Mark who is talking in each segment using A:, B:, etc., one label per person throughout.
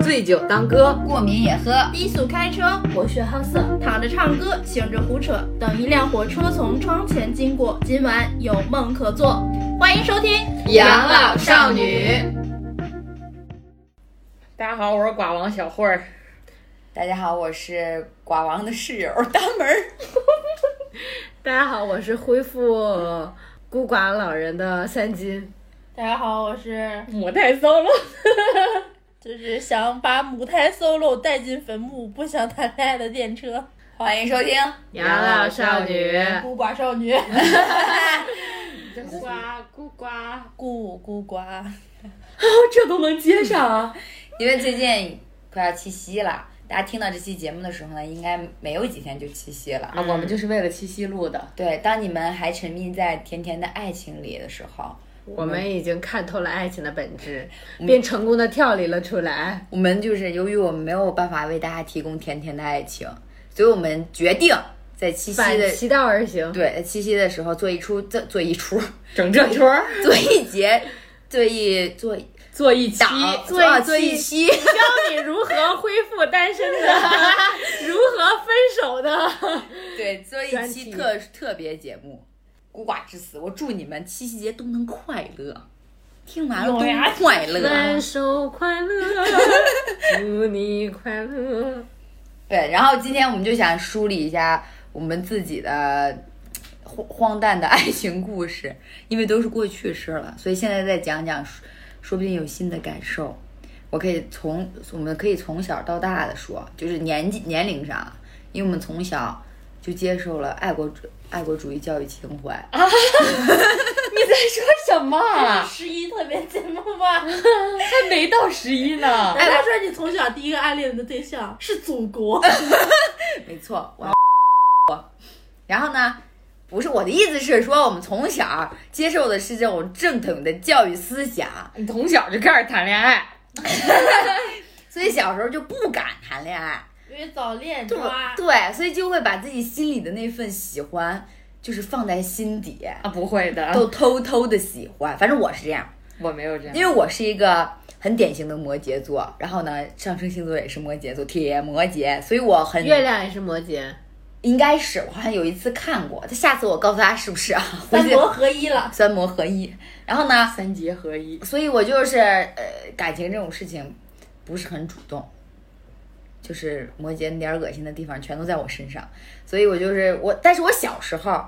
A: 醉酒当歌，
B: 过敏也喝。
C: 低速开车，博学好色，躺着唱歌，醒着胡扯。等一辆火车从窗前经过，今晚有梦可做。欢迎收听《
A: 养老少女》。
D: 大家好，我是寡王小慧儿。
B: 大家好，我是寡王的室友大门儿。
A: 大家好，我是恢复孤寡老人的三金。
C: 大家好，我是
D: 母胎 solo，
C: 就是想把母胎 solo 带进坟墓，不想谈恋爱的电车
B: 欢迎收听，
A: 养老少女，
C: 孤寡少女，
D: 孤寡孤寡，
C: 孤孤寡。
D: 哦这都能接上啊？
B: 因为最近快要七夕了，大家听到这期节目的时候呢，应该没有几天就七夕了。
D: 啊，我们就是为了七夕录的。
B: 对，当你们还沉迷在甜甜的爱情里的时候，
A: 我们已经看透了爱情的本质，
D: 嗯
A: 并成功的跳离了出来。
B: 我们就是由于我们没有办法为大家提供甜甜的爱情，所以我们决定在七夕
A: 反
B: 的
A: 其道而行，
B: 对在七夕的时候做一出做做一出
D: 整这圈儿
B: 做一节做一做一
D: 做一期，
B: 档
A: 做一
B: 啊做一期。
A: 教你如何恢复单身的，如何分手的。
B: 对，做一
A: 专
B: 期
A: 题
B: 特特别节目《孤寡之死》，我祝你们七夕节都能快乐，听完了
C: 有
B: 都
C: 呀
B: 能快乐。
D: 啊
A: 分手快 乐，祝你快乐。
B: 对，然后今天我们就想梳理一下我们自己的荒荒诞的爱情故事，因为都是过去式了，所以现在再讲讲，说说不定有新的感受。我可以从我们可以从小到大的说，就是年纪年龄上，因为我们从小就接受了爱国主爱国主义教育情怀，
D: 你在说什 么啊？
C: 十一特别节目吧。
D: 还没到十一呢。
C: 难道说你从小第一个暗恋的对象是祖国？
B: 没错， 我我。然后呢，不是我的意思是说，我们从小接受的是这种正统的教育思想，
D: 你从小就开始谈恋爱，
B: 所以小时候就不敢谈恋爱，
C: 因为早恋
B: 就
C: 抓。
B: 对，所以就会把自己心里的那份喜欢，就是放在心底，
D: 啊，不会的，
B: 都偷偷的喜欢。反正我是这样，
D: 我没有这样。
B: 因为我是一个很典型的摩羯座，然后呢，上升星座也是摩羯座，铁摩羯，所以我很
A: 月亮也是摩羯，
B: 应该是我好像有一次看过，下次我告诉大家是不是啊？回
C: 三
B: 去
C: 国合一了，
B: 三摩合一，然后呢，
D: 三节合一，
B: 所以我就是呃，感情这种事情不是很主动，就是摩羯那点儿恶心的地方全都在我身上，所以我就是我，但是我小时候，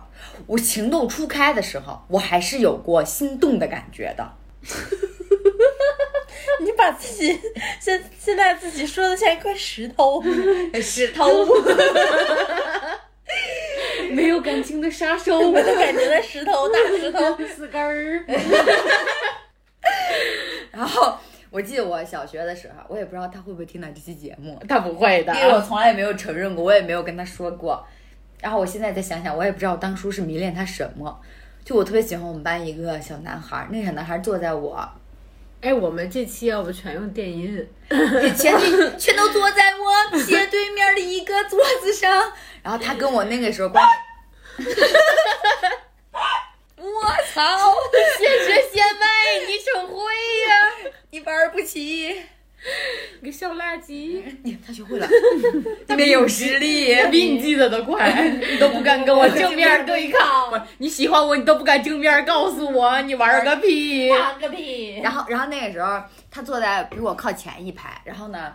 B: 我情窦初开的时候，我还是有过心动的感觉的。
C: 你把自己现现在自己说的像一块石 头，
B: 石头，
D: 没有感情的 杀手，
C: 我都感觉那石头大石 头。
D: 四根儿。
B: 然后我记得我小学的时候，我也不知道他会不会听到这期节目，
D: 他不会的
B: 因，为我从来没有承认过，我也没有跟他说过。然后我现在再想想，我也不知道我当初是迷恋他什么。就我特别喜欢我们班一个小男孩儿，那个小男孩儿坐在我
A: 哎，我们这期要不全用电音？
B: 全对全都坐在我斜对面的一个桌子上，然后他跟我那个时候关系，我操，现学现卖，你挺会呀、你玩不起，
A: 个小垃圾，
B: 你 他学会了， 你没有实力，
D: 比你记得的快，你都不敢跟我正面 对抗。不是你喜欢我，你都不敢正面告诉我，你玩儿个 屁！
C: 放个屁！
B: 然后，然后那个时候他坐在比我靠前一排，然后呢，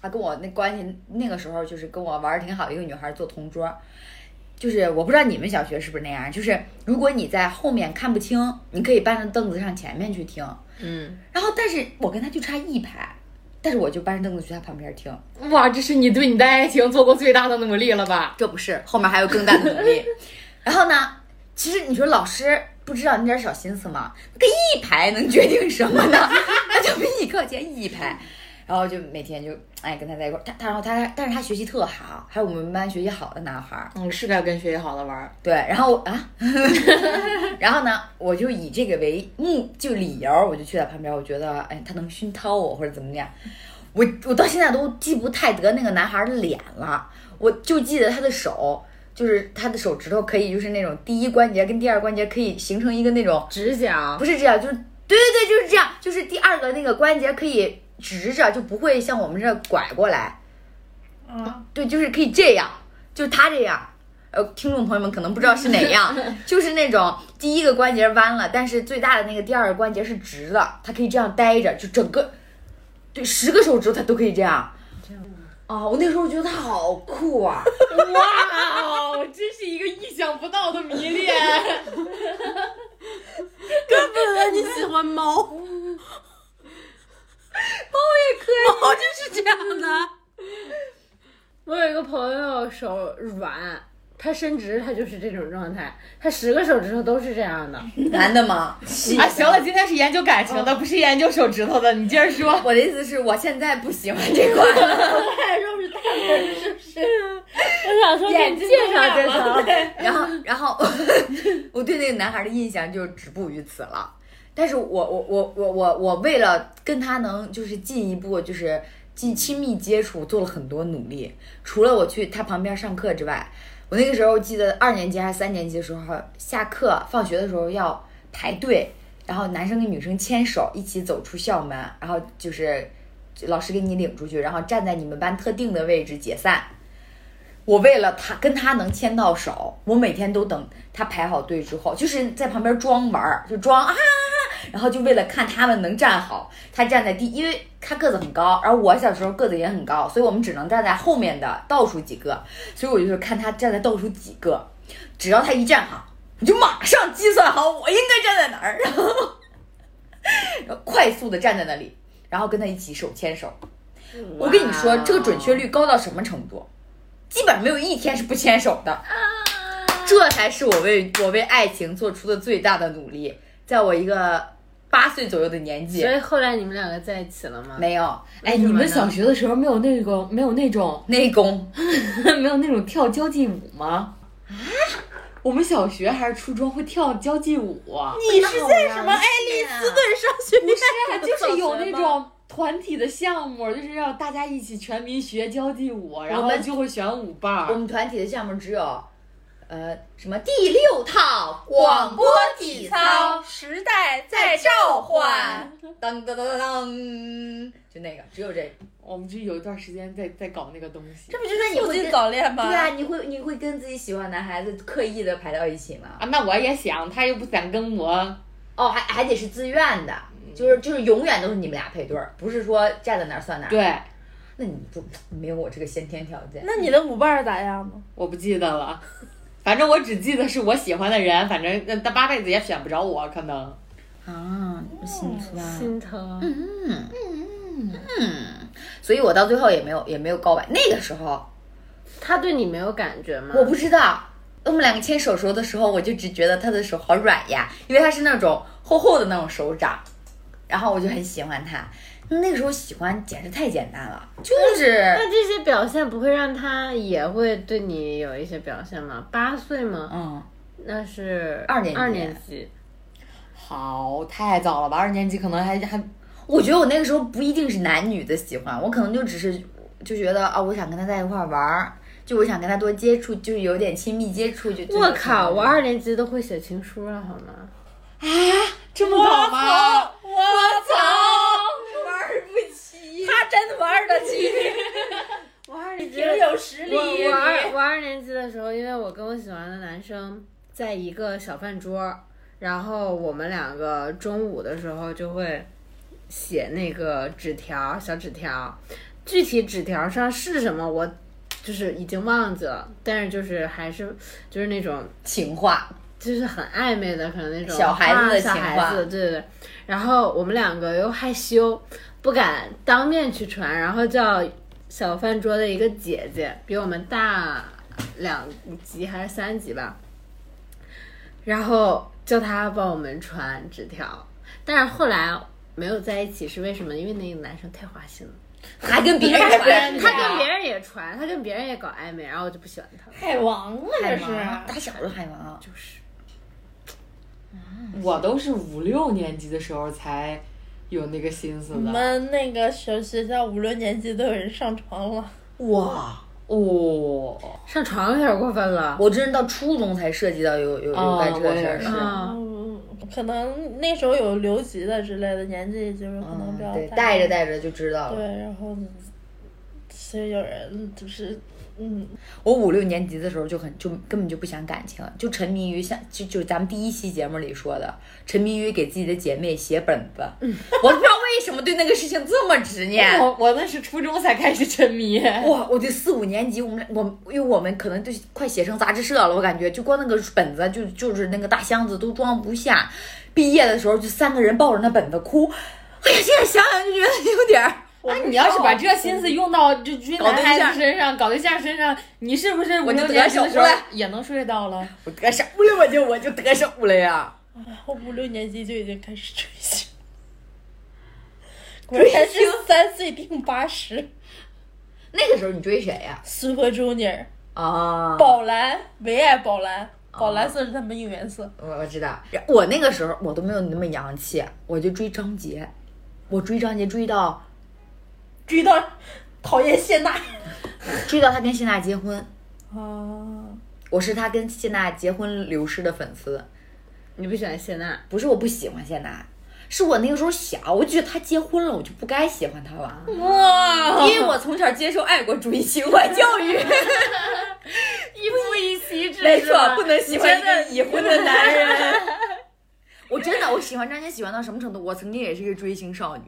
B: 他跟我那关系，那个时候就是跟我玩儿挺好的一个女孩坐同桌，就是我不知道你们小学是不是那样，就是如果你在后面看不清，你可以搬到凳子上前面去听，
D: 嗯，
B: 然后但是我跟他就差一排，但是我就搬着凳子去他旁边听，
D: 哇，这是你对你的爱情做过最大的努力了吧？
B: 这不是后面还有更大的努力，然后呢，其实你说老师。不知道你点儿小心思吗？那个一排能决定什么呢？ 他就比你靠前一排，然后就每天就哎跟他在一块儿，他他然后他但是他学习特好，还有我们班学习好的男孩儿，
D: 嗯，是该跟学习好的玩儿。
B: 对，然后啊， 然后呢，我就以这个为目就理由，我就去他旁边，我觉得哎他能熏陶我或者怎么样，我我到现在都记不太得那个男孩儿的脸了，我就记得他的手。就是他的手指头可以，就是那种第一关节跟第二关节可以形成一个那种
A: 指甲
B: 不是这样，就是对对对，就是这样，就是第二个那个关节可以直着，就不会像我们这儿拐过来。
D: 啊，
B: 对，就是可以这样，就是他这样。呃，听众朋友们可能不知道是哪 样，就是那种第一个关节弯了，但是最大的那个第二个关节是直的，它可以这样待着，就整个，对，十个手指头它都可以这样。哦，我那时候觉得他好酷啊！
E: 哇哦，真是一个意想不到的迷 恋，根本你喜欢猫，猫也可以，猫就是这样的。
F: 我有一个朋友手软，他伸直他就是这种状态，他十个手指头都是这样的。
B: 男的吗？
E: 啊，行了，今天是研究感情
D: 嗯
E: 的，不是研究手指头的，你接着说。
B: 我的意思是我现在不喜欢这款了。
C: 哎
G: 太肉是太肉是不 是？
F: 我想说给你介绍介绍，
B: 然后，然后 我对那个男孩的印象就止步于此了。但是我我我我我我为了跟他能就是进一步就是进亲密接触，做了很多努力。除了我去他旁边上课之外，我那个时候记得二年级还是三年级的时候，下课放学的时候要排队，然后男生跟女生牵手一起走出校门，然后就是老师给你领出去，然后站在你们班特定的位置解散。我为了他跟他能牵到手，我每天都等他排好队之后，就是在旁边装玩儿，就装啊，然后就为了看他们能站好，他站在第，因为他个子很高，然后我小时候个子也很高，所以我们只能站在后面的倒数几个，所以我就是看他站在倒数几个，只要他一站好，我就马上计算好我应该站在哪儿，然后然后呃快速的站在那里，然后跟他一起手牵手。我跟你说，这个准确率高到什么程度？基本上没有一天是不牵手的。这才是我为我为爱情做出的最大的努力。在我一个八岁左右的年纪
F: 所，以后来你们两个在一起了吗？
B: 没有
D: 哎，你们小学的时候没有那个没有那种
B: 内功，
D: 没有那种跳交际舞吗？啊，我们小学还是初中会跳交际舞，
E: 你是在什么爱丽
C: 啊
E: 丝顿上学
D: 不是，就是有那种团体的项目，就是让大家一起全民学交际舞，然后就会选舞伴
B: 我
D: 儿。
B: 们团体的项目只有，呃，什么第六套广播体操，
G: 时代在召唤。
B: 当当当当当，就那个，只有这个。
D: 我们就有一段时间在在搞那个东西。
B: 这不就是你
G: 促
B: 会
G: 进
B: 跟
G: 早恋吗？
B: 对啊，你会你会跟自己喜欢的男孩子刻意的排到一起吗？
D: 啊，那我也想，他又不想跟我。
B: 哦，还还得是自愿的，就是就是永远都是你们俩配对儿，不是说站在哪儿算哪儿。
D: 对，
B: 那你不你没有我这个先天条件。
G: 那你的舞伴儿咋样呢？
D: 我不记得了，反正我只记得是我喜欢的人，反正那他八辈子也选不着我，可能。
B: 啊，心酸。
F: 心疼。
B: 所以我到最后也没有也没有告白。那个时候
F: 他对你没有感觉吗？
B: 我不知道，我们两个牵手手的时候，我就只觉得他的手好软呀，因为他是那种厚厚的那种手掌，然后我就很喜欢他。那个时候喜欢简直太简单了，就是
F: 那这些表现不会让他也会对你有一些表现吗？八岁吗？
B: 嗯，
F: 那是
B: 二年级
F: 二年级。
D: 好，太早了吧？二年级可能还还
B: 我觉得我那个时候不一定是男女的喜欢，我可能就只是就觉得啊、我想跟他在一块儿玩儿，就我想跟他多接触，就是有点亲密接触就。就
F: 我靠！我二年级都会写情书了，好 吗？
D: 这么早吗？
G: 我操！
B: 他真玩得起，
F: 我二年级
G: 挺有实力。
F: 我我二我二年级的时候，因为我跟我喜欢的男生在一个小饭桌，然后我们两个中午的时候就会写那个纸条，小纸条，具体纸条上是什么我就是已经忘记了，但是就是还是就是那种
B: 情话
F: 就是很暧昧的，可能那种
B: 小孩子的
F: 啊小
B: 情
F: 孩
B: 话
F: 子，对对对。然后我们两个又害羞，不敢当面去传，然后叫小饭桌的一个姐姐，比我们大两级还是三级吧，然后叫她帮我们传纸条。但是后来没有在一起是为什么？因为那个男生太花心了，
B: 还跟别人
F: 他
B: 玩
F: 跟他跟
B: 啊
F: 别人也传，他跟别人也搞暧昧，然后我就不喜欢他了。
G: 海王啊，这
B: 海
G: 是。
B: 王，打小就海王，
D: 我都是五六年级的时候才有那个心思
G: 我
D: 的。
G: 们那个小学校五六年级都有人上床了，
B: 哇！
D: 哦，
F: 上床有点过分了。
B: 我真是到初中才涉及到有有有
D: 哦
B: 干这个事
D: 我也
B: 儿
D: 是
B: 了。
F: 啊，
G: 嗯，
C: 可能那时候有留级的之类的，年纪就是可能
B: 嗯
C: 比较大、
B: 对，带着带着就知道了。
C: 对，然后其实有人就是嗯，
B: 我五六年级的时候就很就根本就不想感情，就沉迷于像就就咱们第一期节目里说的，沉迷于给自己的姐妹写本子。我都不知道为什么对那个事情这么执 念。
D: 我我那是初中才开始沉迷，
B: 哇，我对四五年级，我们俩我们因为我们可能就快写成杂志社了，我感觉就光那个本子就就是那个大箱子都装不下。毕业的时候就三个人抱着那本子哭，哎呀，现在想想就觉得有点儿。
D: 那你要是把这心思用到就追
B: 搞
D: 男
B: 对
D: 孩
B: 象
D: 子身上、搞对象身上，你是不是五
B: 我就
D: 六
B: 得
D: 年级的
B: 手
D: 时候
B: 了
D: 也能睡到了？
B: 我得手了，我就我就得手了呀。
C: 我五六年级就已经开始追 星，果然是三岁定八十
B: 那个时候你追谁呀？
C: ，Super Junior，
B: 啊，
C: 宝蓝，唯爱宝蓝，宝蓝色是他们应援色。
B: 我我知道，我那个时候我都没有你那么洋气，我就追张杰，我追张杰追到
C: 追到讨厌谢娜。
B: 追到他跟谢娜结婚，
C: 啊，
B: 我是他跟谢娜结婚流失的粉丝。
F: 你不喜欢谢娜？
B: 不是我不喜欢谢娜，是我那个时候小，我就觉得她结婚了，我就不该喜欢她了。哇！因为我从小接受爱国主义情怀教育，
F: 一夫一妻制
B: 没错，不能喜欢一个已婚的男人。 我真的，我喜欢张杰喜欢到什么程度？我曾经也是一个追星少女，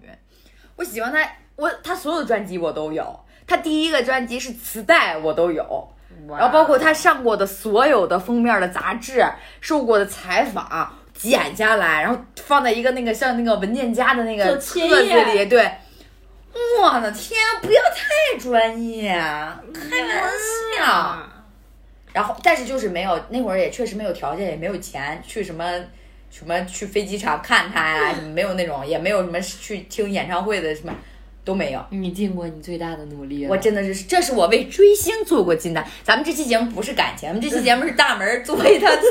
B: 我喜欢他，我他所有的专辑我都有，他第一个专辑是磁带我都有。然后包括他上过的所有的封面的杂志，受过的采访，剪下来，然后放在一个那个像那个文件夹的那个
C: 做
B: 册
C: 切
B: 子
C: 页
B: 里，对。我的天，啊不要太专业，啊开玩笑。
F: 啊
B: 然后，但是就是没有那会儿也确实没有条件，也没有钱去什么什么去飞机场看他呀、
C: 嗯
B: 什么没有那种，也没有什么去听演唱会的什么都没有。
D: 你尽过你最大的努力了。
B: 我真的是，这是我为追星做过尽的。咱们这期节目不是感情，咱们这期节目是大门儿做为他的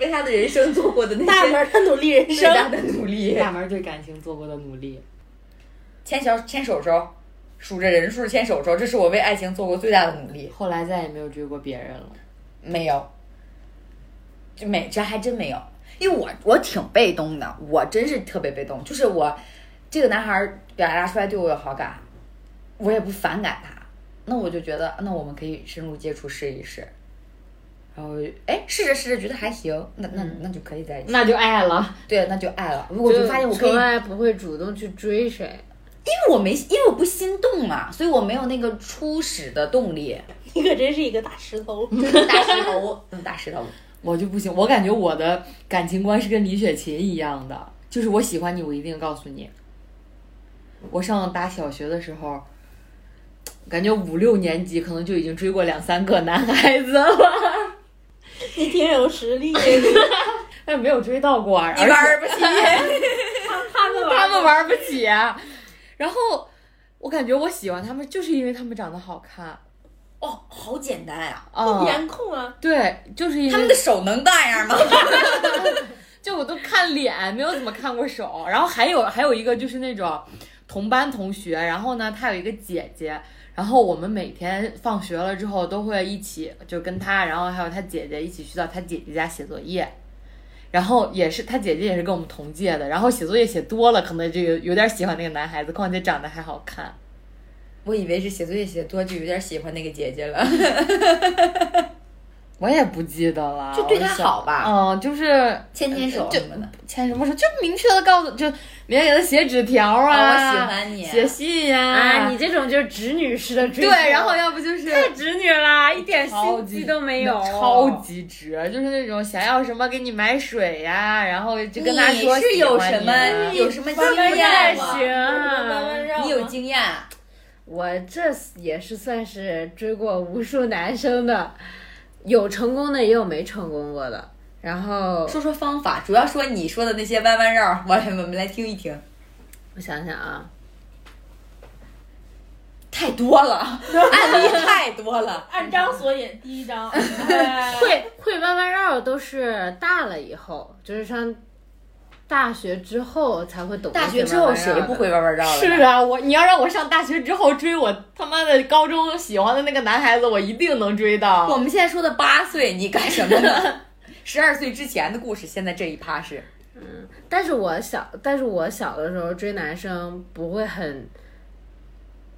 B: 为他的人生做过的那些
C: 大门的努力人
B: 最
C: 生，
B: 大的努力。
D: 大门对感情做过的努力，
B: 牵小牵手手，数着人数牵手手，这是我为爱情做过最大的努力。
D: 后来再也没有追过别人了。
B: 没有，这没这还真没有，因为我我挺被动的，我真是特别被动，就是我这个男孩儿表达出来对我有好感，我也不反感他，那我就觉得那我们可以深入接触试一试，然后哎试着试着觉得还行，那那嗯那就可以在一起，
D: 那就爱了，
B: 对，那就爱了。我就发现我可以，
F: 从
B: 因
F: 来不会主动去追谁，
B: 为我没因为我不心动嘛，所以我没有那个初始的动力，
C: 你可真是一个大石头。
B: 就是 大石头，嗯大石头。
D: 我就不行。我感觉我的感情观是跟李雪琴一样的，就是我喜欢你，我一定告诉你。我上打小学的时候，感觉五六年级可能就已经追过两三个男孩子了，
C: 你挺有实力，
D: 但没有追到过。啊而且
B: 玩不起，
C: 他们
D: 他们玩不起。啊然后我感觉我喜欢他们，就是因为他们长得好看
B: 哦，好简单呀、
D: 啊、
C: 颜控啊，
D: 对，就是因为
B: 他们的手能那样吗？
D: 就我都看脸，没有怎么看过手。然后还有还有一个就是那种同班同学，然后呢，她有一个姐姐，然后我们每天放学了之后都会一起，就跟她，然后还有她姐姐一起去到她姐姐家写作业。然后也是她姐姐也是跟我们同届的，然后写作业写多了，可能就有有点喜欢那个男孩子，况且长得还好看。
B: 我以为是写作业写多就有点喜欢那个姐姐了，
D: 我也不记得了，
B: 就对
D: 我
B: 她
D: 想
B: 好吧
D: 嗯，就是
B: 牵牵手啊
D: 就
B: 什么的。
D: 牵什么手，就明确的告诉，就明天给他写纸条啊，
B: 啊我喜欢你
D: 写信呀、
F: 啊，你这种就是直女式的追
D: 对，
F: 求，
D: 然后 要不就是
F: 太直女啦，一点
D: 超
F: 心
D: 级
F: 机都没有，
D: 超级直，就是那种想要什么给你买水呀、然后就跟他说
B: 你是有
D: 喜欢
B: 什
D: 你
B: 么
D: 啊
B: 有什么经
F: 不太
B: 验吗？
F: 行
C: 慢
F: 啊。
C: 慢让
B: 你有经验啊？
F: 我这也是算是追过无数男生的，有成功的，也有没成功过的。然后
B: 说说方法，主要说你说的那些弯弯绕，我来我们来听一听。
F: 我想想啊，
B: 太多 了，案例太多了。
C: 按章索引第一 章，哎
F: 会会弯弯绕都是大了以后，就是上大学之后才会懂。
B: 大学之后谁不会？弯弯绕了？
D: 是啊，我你要让我上大学之后追我他妈的高中喜欢的那个男孩子，我一定能追到。
B: 我们现在说的八岁，你干什么呢？十二岁之前的故事，现在这一趴是
F: 但是我小，但是我小的时候追男生不会很，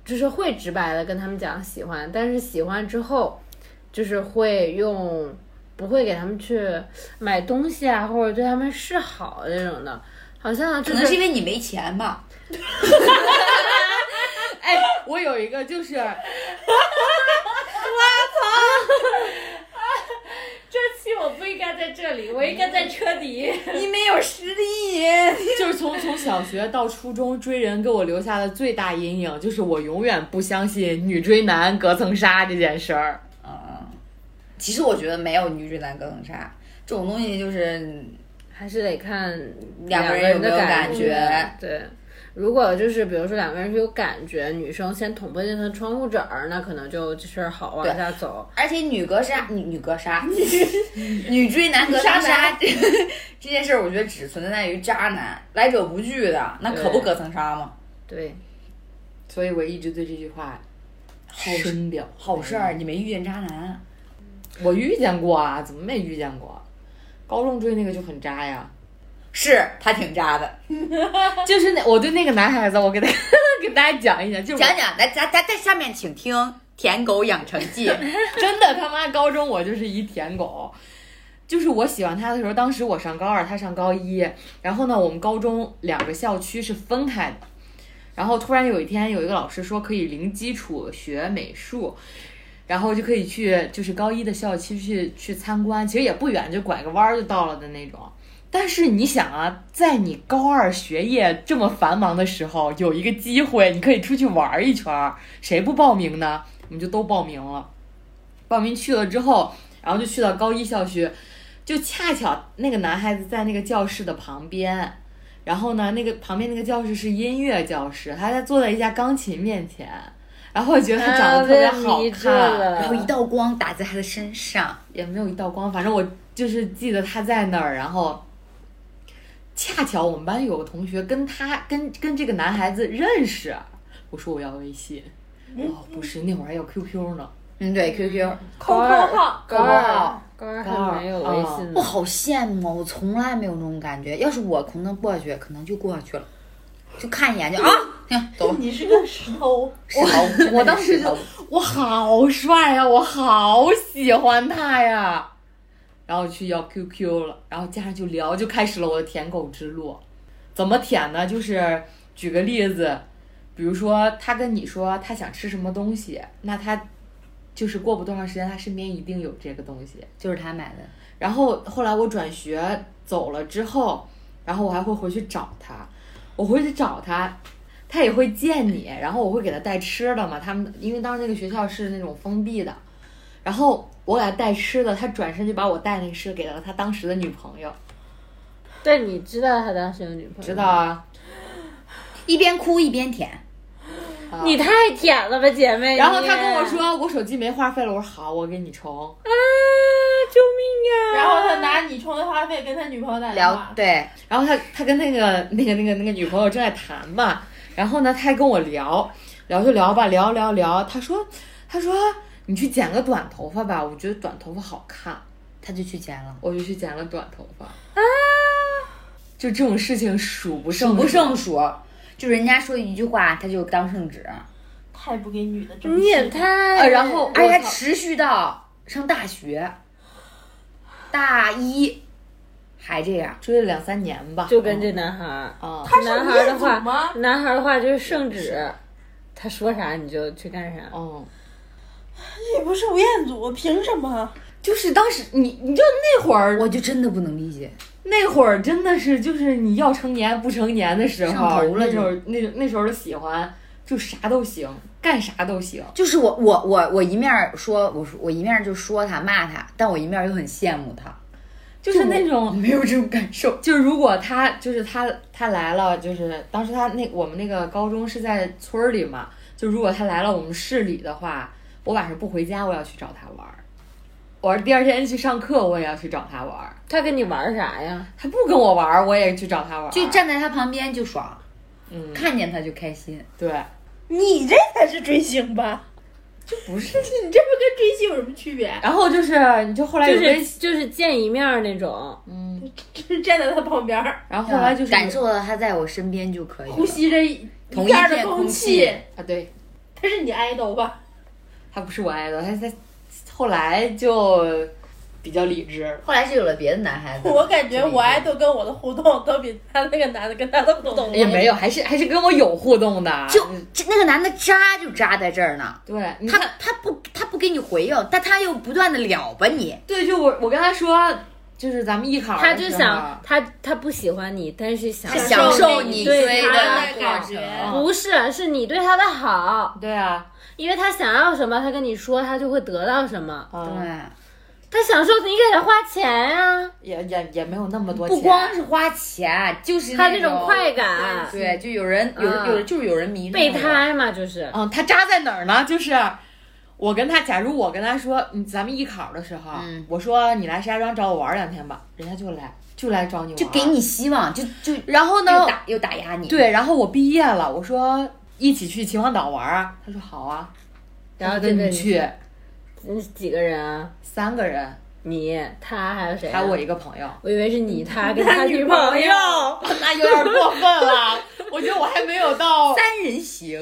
F: 就是会直白的跟他们讲喜欢，但是喜欢之后，就是会用，不会给他们去买东西啊，或者对他们示好那种的，好像就
B: 可能是因为你没钱吧。
D: 哎，我有一个就是，我操！
E: 这期我不应该在这里，我应该在车底。
B: 你没有实力，
D: 就是从从小学到初中追人给我留下的最大阴影，就是我永远不相信女追男隔层纱这件事儿。
B: 啊其实我觉得没有女追男隔层纱这种东西，就是
F: 还是得看
B: 两个
F: 个
B: 人有没
F: 的
B: 有
F: 感
B: 感觉。
F: 对，如果就是比如说两个人是有感觉，女生先捅破这层窗户纸儿，那可能就这事儿好往
B: 对
F: 下走。
B: 而且女隔纱，女女隔 纱，女追男隔层纱，这 这件事儿，我觉得只存在于渣男，来者不拒的，那可不隔层纱吗？
F: 对，
D: 所以我一直对这句话深表
B: 好事儿，你没遇见渣男，
D: 我遇见过啊，怎么没遇见过？高中追那个就很渣呀，
B: 是他挺渣的。
D: 就是那我对那个男孩子，我给他 给大家讲一讲，就是我
B: 讲讲，来，咱咱在下面请听《舔狗养成记》。
D: 真的他妈高中我就是一舔狗，就是我喜欢他的时候，当时我上高二，他上高一，然后呢，我们高中两个校区是分开的。然后突然有一天，有一个老师说可以零基础学美术，然后就可以去就是高一的校区去去参观，其实也不远，就拐个弯儿就到了的那种。但是你想啊，在你高二学业这么繁忙的时候，有一个机会你可以出去玩儿一圈儿，谁不报名呢？我们就都报名了。报名去了之后，然后就去到高一校区，就恰巧那个男孩子在那个教室的旁边，然后呢，那个旁边那个教室是音乐教室，他在坐在一架钢琴面前，然后我觉得他长得特别好看，
B: 然后一道光打在他的身上，
D: 也没有一道光，反正我就是记得他在那儿，然后恰巧我们班有个同学跟他跟跟这个男孩子认识，我说我要微信，哦不是那会儿还要 QQ 呢，
B: 嗯，对，QQ，
F: 高
G: 扣
F: 二
G: 扣，
F: 高二高二
D: 高二
F: 还没有微信
B: 我
F: 呢，
B: 好羡慕，我从来没有那种感觉。要是我可能过去，可能就过去了，就看一眼就啊，行，走。
C: 你是个石头，
B: 石头，我当时就
D: 我好帅呀、我好喜欢他呀。然后去要 QQ 了，然后加上就聊，就开始了我的舔狗之路。怎么舔呢？就是举个例子，比如说他跟你说他想吃什么东西，那他就是过不多长时间，他身边一定有这个东西。
B: 就是他买的，
D: 然后后来我转学走了之后，然后我还会回去找他，我回去找他，他也会见你，然后我会给他带吃的嘛。他们因为当时那个学校是那种封闭的，然后我给他带吃的，他转身就把我带那个吃的给了他当时的女朋友，
F: 但你知道他当时有女朋友？
D: 知道。啊？
B: 一边哭一边舔。
D: 啊
F: 你太舔了吧，姐妹！
D: 然后他
F: 你啊
D: 跟我，说我手机没话费了，我说好，我给你充。
C: 然后他拿你充的话费跟他女朋友打电
B: 聊
C: 话，
B: 对，
D: 然后他他跟那个那个那个那个女朋友正在谈嘛，然后呢，他还跟我聊聊就聊吧，聊聊聊，他说他说你去剪个短头发吧，我觉得短头发好看，
B: 他就去捡了，
D: 我就去剪了短头发啊，就这种事情数不胜
B: 数不
D: 数
B: 胜数。就人家说一句话，他就当圣旨，
C: 太不给女的珍惜。
F: 你也太……
D: 呃然后
B: 而且
D: 我
B: 还
D: 操
B: 哎持续到上大学，大一还这样。
D: 追了两三年吧，
F: 就跟这男孩儿，
D: 啊、
C: 他是
F: 男孩儿的
C: 业主
F: 话
C: 吗，？
F: 男孩儿的话就是圣旨，他说啥你就去干啥。
D: 嗯，
C: 你不是吴彦祖，凭什么？
D: 就是当时你你就那会儿
B: 我就真的不能理解，
D: 那会儿真的是就是你要成年不成年的时
B: 上
D: 候
B: 头，
D: 那
B: 了
D: 时
B: 就
D: 候那那时候的喜欢就啥都行，干啥都行。
B: 就是我我我我一面儿说，我说我一面儿就说他骂他，但我一面儿又很羡慕他，
D: 就是那种
B: 没有这种感受。
D: 就是如果他就是他他来了，就是当时他那我们那个高中是在村儿里嘛，就如果他来了我们市里的话，我晚上不回家，我要去找他玩儿。我第二天去上课，我也要去找他玩儿。
F: 他跟你玩儿啥呀？
D: 他不跟我玩儿，我也去找他玩儿。
B: 就站在他旁边就爽，
D: 嗯，
B: 看见他就开心。
D: 对，
C: 你这才是追星吧？
G: 你这不跟追星有什么区别？
D: 然后就是你就后来
F: 就
D: 有跟
F: 是就是见一面儿那种，
G: 就是站在他旁边儿，
D: 然后后来就是
B: 感受到他在我身边就可以了。
G: 呼吸着一
B: 同一
G: 片儿的
B: 片空
G: 气
B: 气。
D: 啊，对
G: 他是你 idol 吧？
D: 他不是我爱的，他他后来就比较理智了。
B: 后来是有了别的男孩子，
C: 我感觉我爱豆跟我的互动都比他那个男的跟他的互动
D: 也没有，还是还是跟我有互动的，
B: 哎就这那个男的渣就渣在这儿呢，
D: 对你
B: 他他不他不给你回应，但他又不断的撩拨你，
D: 对，就我我跟他说，就是咱们艺考的
F: 他就
D: 时候
F: 想他他不喜欢你，但是想
G: 他
B: 享
F: 受
B: 受你
F: 对
B: 追
F: 他
B: 的
G: 的感
B: 过
G: 觉
B: 程。
F: 不是，是你对他的好，
D: 对啊，
F: 因为他想要什么，他跟你说，他就会得到什么。
D: 嗯，
B: 对，
F: 他享受你给他花钱啊呀、
D: 也也也没有那么多钱，
B: 不光是花钱，就是
F: 他
B: 那
F: 这种快。感，
B: 对，就有人有人
F: 嗯
B: 有人就是有人迷
F: 备
B: 恋我
F: 胎嘛，就是。
D: 嗯，他渣在哪儿呢？就是我跟他，假如我跟他说，嗯，咱们艺考的时候，
B: 嗯
D: 我说你来石家庄找我玩两天吧，人家就来就来找你玩，
B: 就给。你希望，就就
D: 然后呢
B: 又，打又打压你。，
D: 对，然后我毕业了，我说一起去秦皇岛玩啊，他说好啊，
F: 然后
D: 跟
F: 就
D: 你
F: 跟你
D: 去
F: 你几个人啊？
D: 三个人，
F: 你、他还有谁、
D: 还有我，一个朋 友。
F: 我以为是你他跟他女朋友。
D: 那有点过分了，我觉得我还没有到。
B: 三人行，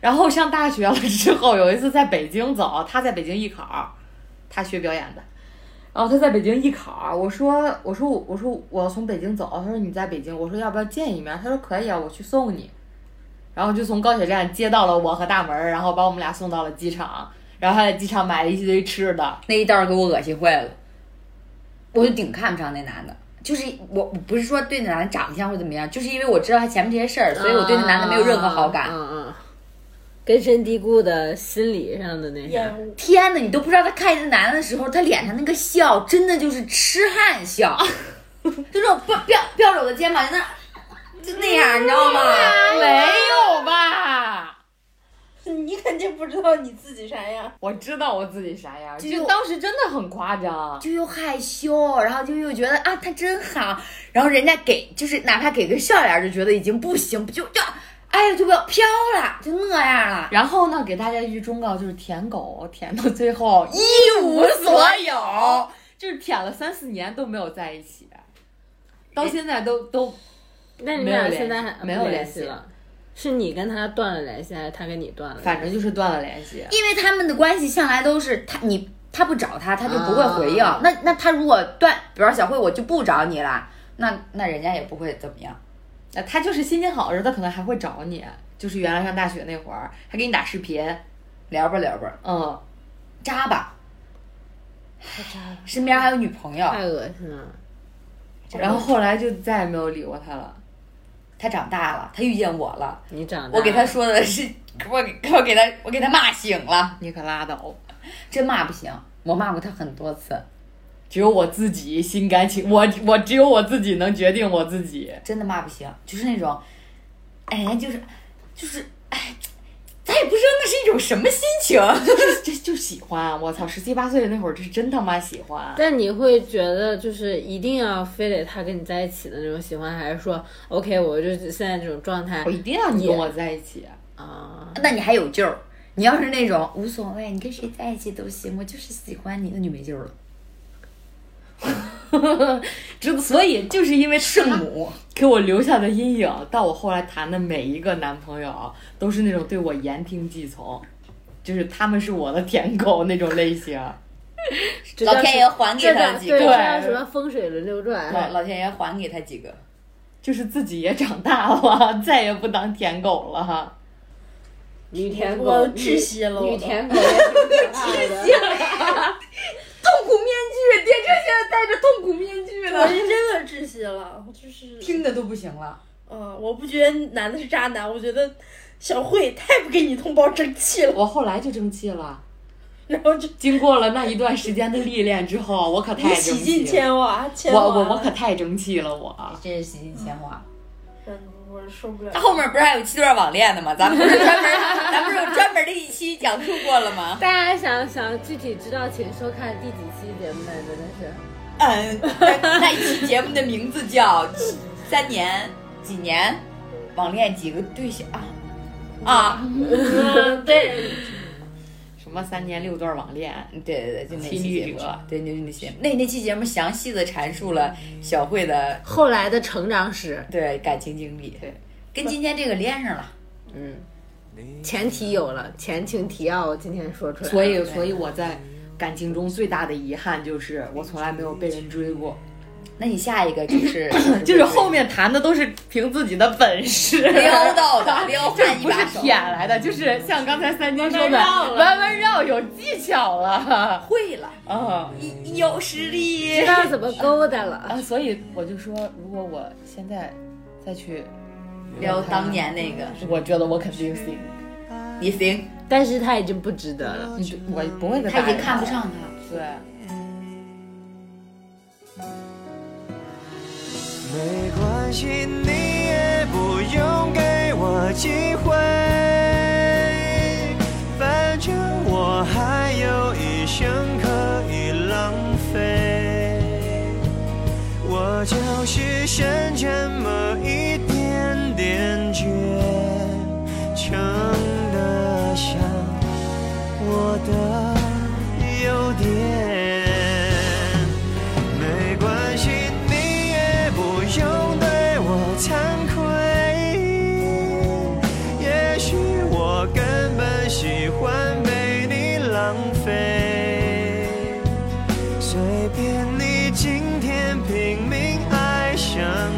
D: 然后上大学了之后，有一次在北京走，他在北京艺考，他学表演的，然后他在北京艺考，我说我说我说我要从北京走，他说你在北京，我说要不要见一面，他说可以啊，我去送你，然后就从高铁站接到了我和大门儿，然后把我们俩送到了机场，然后他在机场买了一堆吃的，
B: 那一道给我恶心坏了，我就顶看不上那男的。就是我我不是说对那男的长相或怎么样，就是因为我知道他前面这些事儿，所以我对那男的没有任何好感。
F: 嗯嗯嗯，根深蒂固的心理上的那啥
C: 厌。恶。
B: 天哪，你都不知道他看见那男的的时候，他脸上那个笑，真的就是痴汉 笑，就那种标标标着我的肩膀，就那就那样，你知道吗？
F: 嗯
D: 没有吧？
G: 你肯定不知道你自己啥样。
D: 我知道我自己啥样，
B: 就
D: 就当时真的很夸张。
B: 就又害羞，然后就又觉得啊他真好，然后人家给就是哪怕给个笑脸，就觉得已经不行，就就哎呀就不要飘了，就那样了。
D: 然后呢，给大家一句忠告，就是舔狗舔到最后一
B: 一无
D: 所有， 就是舔了三四年都没有在一起，到现在都都
F: 那你们
D: 没有
F: 俩
D: 联
F: 现
D: 系
F: 在还
D: 没有
F: 不
D: 联
F: 联
D: 系
F: 了？是你跟他断了联系，还是他跟你断了？
D: 反正就是断了联系。
B: 因为他们的关系向来都是他你他不找他，他就不会回应。
F: 啊
B: 那那他如果断，比如小慧，我就不找你了，那那人家也不会怎么样。
D: 呃，他就是心情好的时候，他可能还会找你，就是原来上大学那会儿，还给你打视频，
B: 聊吧聊吧，
D: 嗯，
B: 渣吧，身边还有女朋友，
F: 太恶心了。
D: 然后后来就再也没有理过他了。
B: 他长大了，他遇见我了，
F: 你长大，
B: 我给他说的是， 我给我给他我给他骂醒了，
D: 你可拉倒，
B: 真骂不行，我骂过他很多次，
D: 只有我自己心甘情，我我只有我自己能决定我自己。
B: 真的骂不行，就是那种，哎，就是就是哎，咱也不知道那是一种什么心情。
D: 就是这就喜欢，我操，十七八岁那会儿就是真他妈喜欢。
F: 但你会觉得就是一定要非得他跟你在一起的那种喜欢，还是说 OK 我就现在这种状态
B: 哦
D: 我一定要你跟我在一起，
F: 啊？
B: 那你还有救儿。你要是那种无所谓，你跟谁在一起都行，我就是喜欢你，那就没救儿了。
D: 这所以就是因为
B: 圣
D: 圣母
B: 母，
D: 给我留下的阴影，到我后来谈的每一个男朋友都是那种对我言听计从，就是他们是我的舔狗那种类型。
F: 这叫
B: 老天爷还给
F: 这
B: 他
F: 叫
B: 几
F: 对，这
B: 个，
F: 叫什么风水轮流
B: 老
F: 转？
B: 老天爷还给他几个。
D: 就是自己也长大了，再也不当舔狗了。
F: 女舔狗，
C: 我窒息了，
F: 女
C: 我
F: 女
C: 都
F: 舔狗也挺可 爱的，
B: 痛苦面具，爹这现在戴着痛苦面具
C: 我，是真的窒息了，就是
B: 听的都不行了。
C: 嗯，我不觉得男的是渣男，我觉得小慧太不给你同胞争气了，
D: 我后来就争气了，
C: 然后就
D: 经过了那一段时间的历练之后，我可太争
C: 你洗尽
D: 气了。
C: 铅华，铅
D: 我
C: 华
D: 我我可太争气了，我。
B: 真是洗尽铅华。
C: 嗯我受不了
B: 他。后面不是还有七段网恋的吗？咱们不是专门，咱不是有专门的一期讲述过了吗？
F: 大家想想具体知道，请收看第几期节目呢？真的 是。
B: 嗯，那一期节目的名字叫《三年几年网恋几个对象》啊啊，
C: 嗯，对，
D: 么三年六段网恋，
B: 对对对，就那
D: 亲
B: 期
D: 历
B: 节目
D: 者，
B: 对，就是那期节目那那期节目详细的阐述了小慧的
F: 后来的成长史，
B: 对感情经历，
D: 对，
B: 跟今天这个连上了。
F: 嗯，前提有了，前情提要，我今天说出来了，
D: 所以所以我在感情中最大的遗憾就是我从来没有被人追过，
B: 那你下一 个就是
D: 就是后面谈的都是凭自己的本事。
B: 撩到的，撩
D: 这
B: 汉 一
D: 不是
B: 把手，
D: 舔来的，就是像刚才三金说
G: 弯弯
D: 的，
G: 绕了
D: 弯弯绕有技巧了。
B: 会了，
D: 啊
B: 一有实力
F: 知。道怎么勾搭了。
D: 啊，所以我就说，如果我现在再去，
B: 撩当年那个，
D: 我觉得我肯定行。
B: 你行，
F: 但是他已经不值得了。
D: 你就我不会再
B: 他已
D: 打
B: 经
D: 你
B: 看不
D: 了
B: 上他。
D: 对。
H: 没关系，你也不用给我机会，反正我还有一生可以浪费。我就是剩这么一点点倔强的想我的优点。没关系，你也不用对我惭愧。也许我根本喜欢被你浪费。随便你今天拼命爱上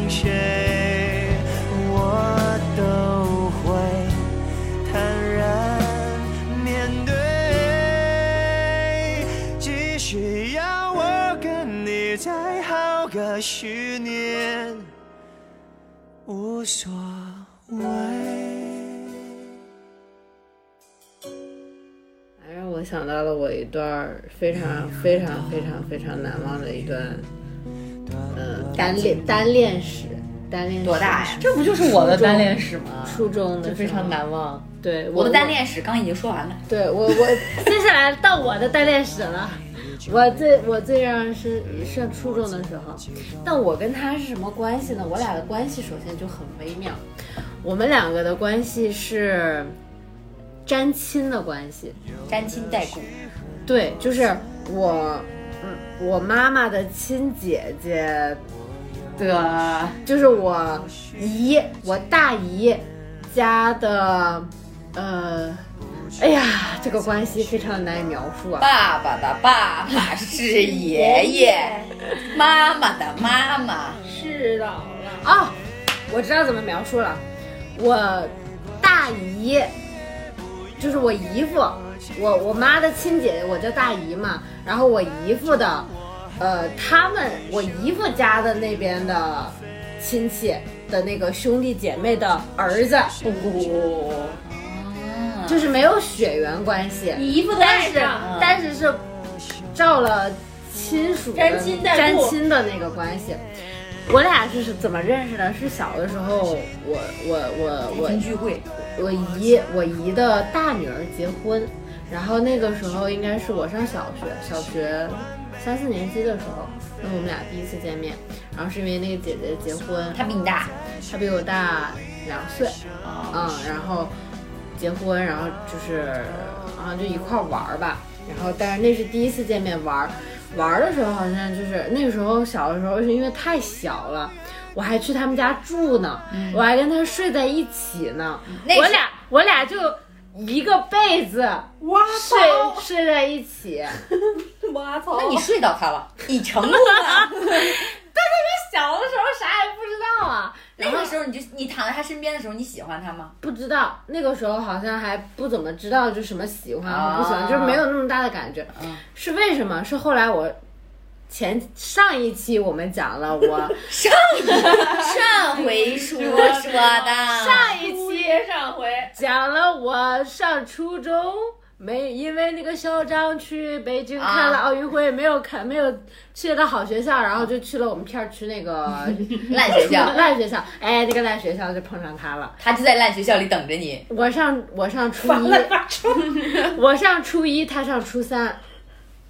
H: 谁，我都会坦然面对。即使要我跟你再耗个十年，无所谓。
F: 哎，让我想到了我一段儿非常非常非常非常难忘的一段，呃，单恋单恋史，单恋史
B: 多大呀？
D: 这不就是我的单恋史吗？
F: 初中的
D: 就
F: 时
D: 非
F: 候
D: 常。难忘。
F: 对，我
B: 我的单，恋史刚已经说完了，
F: 我对我我接下来到我的单恋史了。 我最我最让人是上初中的时候，但我跟他是什么关系呢？我俩的关系首先就很微妙，我们两个的关系是沾亲的关系，
B: 沾亲带故，
F: 对，就是我，嗯，我妈妈的亲姐姐，
D: 的
F: 就是我姨，我大姨家的，呃，哎呀，这个关系非常难描述啊。
B: 爸爸的爸爸是爷爷，妈妈的妈妈
G: 是的了，
F: 哦，我知道怎么描述了，我大姨，就是我姨父，我我妈的亲姐姐，我叫大姨嘛。然后我姨父的，呃，他们我姨父家的那边的亲戚的那个兄弟姐妹的儿子，就是没有血缘关系，
G: 你姨夫
F: 但
G: 带
F: 是
G: 上，
F: 但是是照了亲属的
G: 沾亲带
F: 沾
G: 故
F: 亲的那个关系。我俩是怎么认识的？是小的时候，我我我我
B: 群聚会，
F: 我姨我姨的大女儿结婚，然后那个时候应该是我上小学，小学三四年级的时候，那我们俩第一次见面，然后是因为那个姐姐结婚，
B: 他比你大，
F: 她比我大两岁，嗯，然后结婚，然后就是啊就一块儿玩儿吧，然后但是那是第一次见面玩儿，玩儿的时候好像就是那个时候小的时候是因为太小了。我还去他们家住呢，我还跟他睡在一起呢。
B: 那
F: 我
B: 是
F: 俩我俩就一个被子
C: 哇
F: 睡睡在一起，
C: 哇操！
B: 那你
D: 哦
B: 睡到他了，你成功了。
F: 小的时候啥也不知道啊，
B: 那个时候你就你躺在他身边的时候，你喜欢他吗？
F: 不知道那个时候好像还不怎么知道就什么喜欢
B: 啊
F: 和不喜欢，就是没有那么大的感觉。
G: 嗯
F: 是为什么？是后来我前上一期我们讲了我
B: 上回说说的，
F: 上一期
G: 接上回
F: 讲了我上初中。没，因为那个嚣张去北京
G: 啊
F: 看了奥运会，没有看，没有去了好学校，然后就去了我们片儿区 那个
G: 哎
B: 烂学校，
F: 烂学校，哎，那个烂学校就碰上他了。
B: 他就在烂学校里等着你。
F: 我上我上初一，我上初一，他上初三，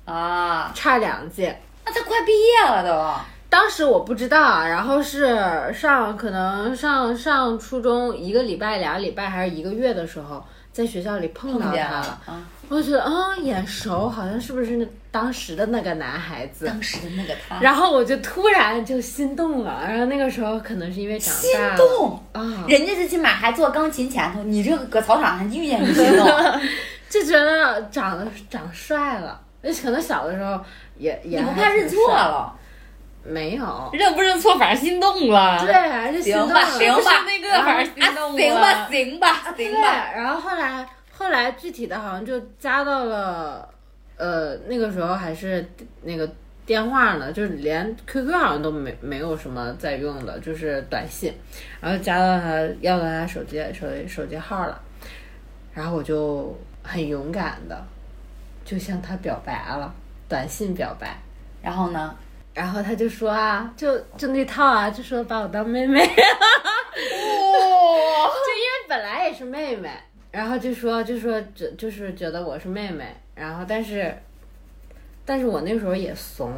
B: 啊，
F: 差两届。
B: 那他快毕业了都，
F: 当时我不知道啊，然后是上可能上上初中一个礼拜、俩礼拜还是一个月的时候，在学校里碰到
B: 碰见
F: 他
B: 了
F: 了，
B: 啊，
F: 我就觉得嗯眼熟，好像是不是那当时的那个男孩子？
B: 当时的那个他，
F: 然后我就突然就心动了，然后那个时候可能是因为长
B: 心
F: 大了
B: 动。
F: 啊，
B: 人家最起码还坐钢琴前头，你这个搁操场上遇见你心 动，
F: 就觉得长得长帅了，而且可能小的时候也也
B: 你不
F: 还
B: 怕
F: 挺
B: 认错
F: 帅？
B: 了？
F: 没有，
D: 认不认错，反正心动了。
F: 对，啊，就心
B: 行
F: 动
B: 吧，
F: 了，
B: 行
D: 就是
B: 吧，
D: 那个，反正心动
B: 啊
D: 了。啊
B: 行吧，行吧，行
F: 对，
B: 吧。
F: 然后后来后来具体的好像就加到了，呃，那个时候还是那个电话呢，就是连 QQ 好像都没没有什么在用的，就是短信，然后加到他要到他手机手手机号了，然后我就很勇敢的就向他表白了，短信表白。
B: 然后呢？
F: 然后他就说啊，就就那套啊，就说把我当妹妹，就因为本来也是妹妹，然后就说就说就就是觉得我是妹妹，然后但是，但是我那时候也怂，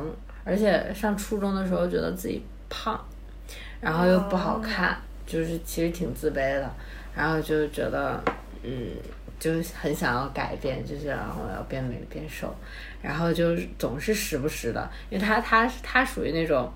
F: 而且上初中的时候觉得自己胖，然后又不好看，就是其实挺自卑的，然后就觉得嗯，就是很想要改变，就是然后我要变美变瘦，然后就是总是时不时的，因为他他他属于那种，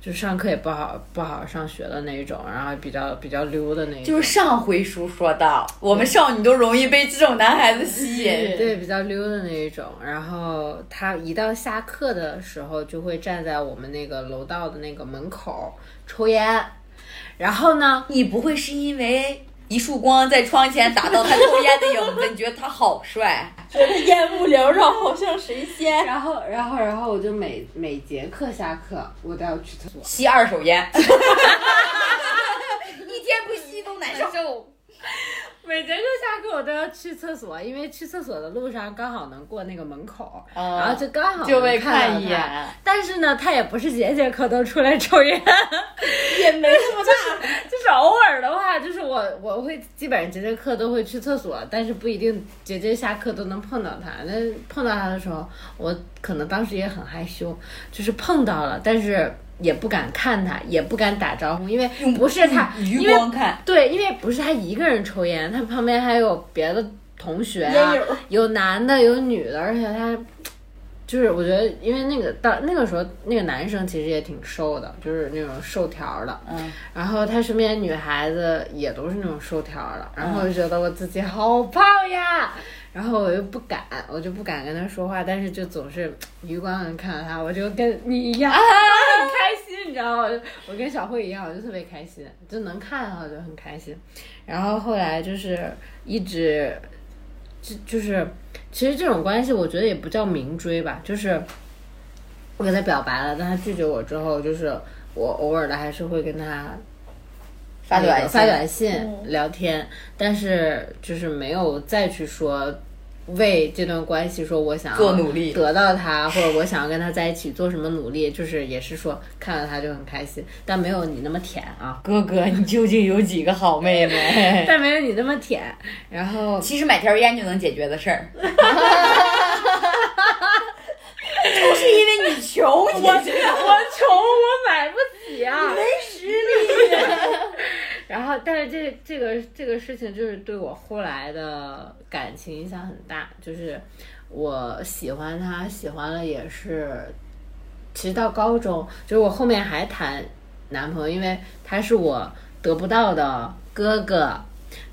F: 就上课也不好不好上学的那一种，然后比较比较溜的那一种，
B: 就是上回书说到，我们少女都容易被这种男孩子吸引。
F: 对比较溜的那一种。然后他一到下课的时候，就会站在我们那个楼道的那个门口抽烟，然后呢，
B: 你不会是因为一束光在窗前打到他抽烟的影子，你觉得他好帅？
C: 觉得烟雾缭绕，好像神仙。
F: 然后然后然后我就每每节课下课，我都要去厕所。
B: 吸二手烟， 一天不吸都难受。
F: 每节课下课我都要去厕所，因为去厕所的路上刚好能过那个门口，然后就刚好
D: 哦就被
F: 能看到
D: 看一
F: 他
D: 眼。
F: 但是呢，他也不是节节课都出来抽烟，
C: 也没那么大，
F: 就是偶尔的话，就是我我会基本上节节课都会去厕所，但是不一定节节下课都能碰到他。那碰到他的时候，我可能当时也很害羞，就是碰到了，但是也不敢看他，也不敢打招呼，因为 不是他，因
B: 余
F: 为
B: 光看，
F: 对，因为不是他一个人抽烟，他旁边还有别的同学啊
C: 烟友，
F: 有男的有女的，而且他就是我觉得，因为那个到那个时候，那个男生其实也挺瘦的，就是那种瘦条儿的，
B: 嗯，
F: 然后他身边女孩子也都是那种瘦条儿的，然后我就觉得我自己好胖呀。然后我又不敢，我就不敢跟他说话，但是就总是余光能看到他，我就跟你一样，我很开心，你知道吗？我跟小慧一样，我就特别开心，就能看到我就很开心。然后后来就是一直，就就是其实这种关系，我觉得也不叫明追吧，就是我给他表白了，但他拒绝我之后，就是我偶尔的还是会跟他
B: 发短
F: 那
B: 信，
F: 个发短信聊天，但是就是没有再去说为这段关系说我想要
B: 做努力
F: 得到他，或者我想要跟他在一起做什么努力，就是也是说看到他就很开心，但没有你那么甜啊，
D: 哥哥，你究竟有几个好妹妹？
F: 但没有你那么甜。然后
B: 其实买条烟就能解决的事 儿。就是因为你穷，你
F: 我穷，我买不起啊，没实力。然后，但是这这个这个事情就是对我后来的感情影响很大，就是我喜欢他，喜欢了也是，其实到高中，就是我后面还谈男朋友，因为他是我得不到的哥哥，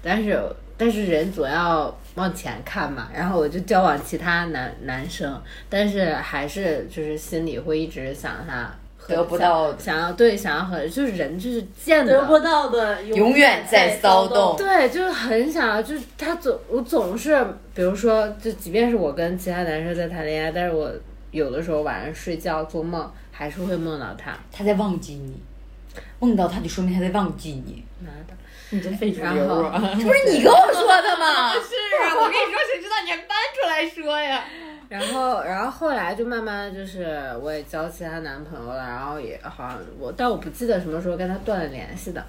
F: 但是但是人总要往前看嘛，然后我就交往其他男男生，但是还是就是心里会一直想他和
B: 得不到
F: 想要对想要和就是人就是贱的，
C: 得不到的
B: 永远在骚动。。
F: 对，就是很想，就是他总我总是，比如说，就即便是我跟其他男生在谈恋爱，但是我有的时候晚上睡觉做梦还是会梦到他。
B: 他在忘记你，梦到他就说明他在忘记你。
F: 妈的，
D: 你真非主
F: 然后
D: 流 啊！
B: 这不是你跟我说的 吗？
D: 是 啊，我跟你说，谁知道你还搬出来说呀？
F: 然后，然后后来就慢慢地就是我也交其他男朋友了，然后也好像我，但我不记得什么时候跟他断了联系的。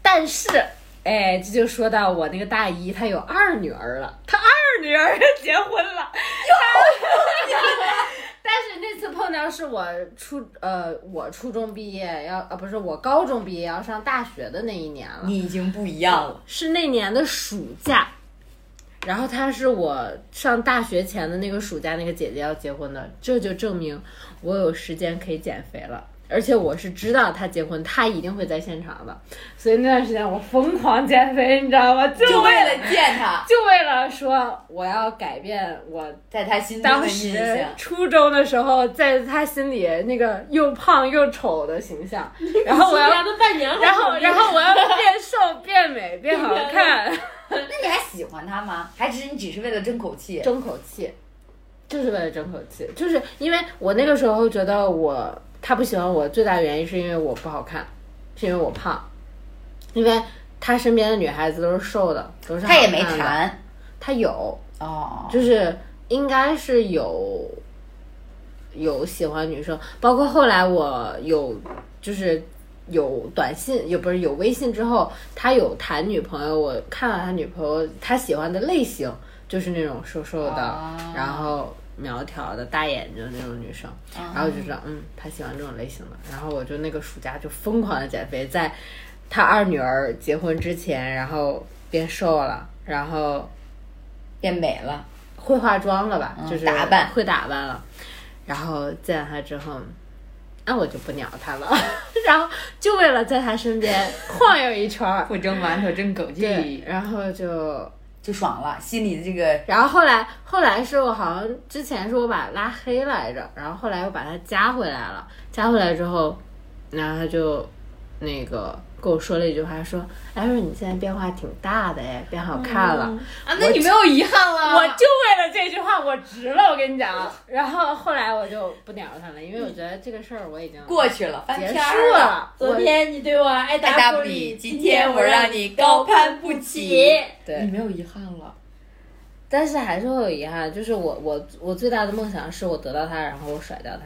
F: 但是，哎，这就说到我那个大姨，她有二女儿了，她二女儿结婚了。 但是那次碰到是我初呃，我初中毕业要啊，不是我高中毕业要上大学的那一年了。
B: 你已经不一样了。
F: 是那年的暑假，然后她是我上大学前的那个暑假，那个姐姐要结婚的，这就证明我有时间可以减肥了。而且我是知道她结婚，她一定会在现场的，所以那段时间我疯狂减肥，你知道吗？就
B: 就为
F: 为
B: 了见他，
F: 就为了说我要改变我
B: 在他心中
F: 当
B: 的印
F: 时
B: 象。
F: 初中的时候，在他心里那个又胖又丑的 形象，然后我要，
C: 都半年
F: 然后然后我要变瘦、变美、变好 看，
B: 那你还喜欢他吗？还只是你只是为了争口气？
F: 争口气，就是为了争口气，就是因为我那个时候觉得我他不喜欢我，最大原因是因为我不好看，是因为我胖，因为他身边的女孩子都是瘦的，都是
B: 他也没
F: 好看的，
B: 谈
F: 他有，
B: 哦，
F: 就是应该是有有喜欢女生，包括后来我有就是有短信，也不是有微信之后，他有谈女朋友，我看到他女朋友他喜欢的类型就是那种瘦瘦的，
B: 啊
F: 然后苗条的大眼睛的那种女生，然后我就知道嗯他喜欢这种类型的，然后我就那个暑假就疯狂的减肥，在他二女儿结婚之前，然后变瘦了，然后。
B: 变美了。
F: 会化妆了吧，
B: 嗯
F: 就是
B: 打扮
F: 会打扮了。然后见了他之后，那、我就不鸟他了， 然后就为了在他身边晃悠一 圈儿。
D: 不蒸馒头蒸狗
F: 对
D: 鸡，，
F: 然后就，
B: 就爽了，心里的这个
F: 然后后来，后来是我好像之前是我把他拉黑来着，然后后来又把他加回来了，加回来之后，然后他就那个跟我说了一句话，说：“哎，说你现在变化挺大的哎，变好看了。
B: 嗯
D: 啊，那你没有遗憾了。
F: 我就为了这句话，我值了，我跟你讲。然后后来我就不鸟他了，因为我觉得这个事儿我已经
B: 过去了，翻
F: 结
B: 篇
F: 束
B: 儿了。
F: 了。
C: 昨天你对我爱
B: 爱
C: 答
B: 答
C: 不
B: 不
C: 理，
B: 理，今天我让你高攀不起。
D: 你
C: 嗯
F: 对，
D: 没有遗憾了，
F: 但是还是会有遗憾，就是我我我最大的梦想是我得到他，然后我甩掉他。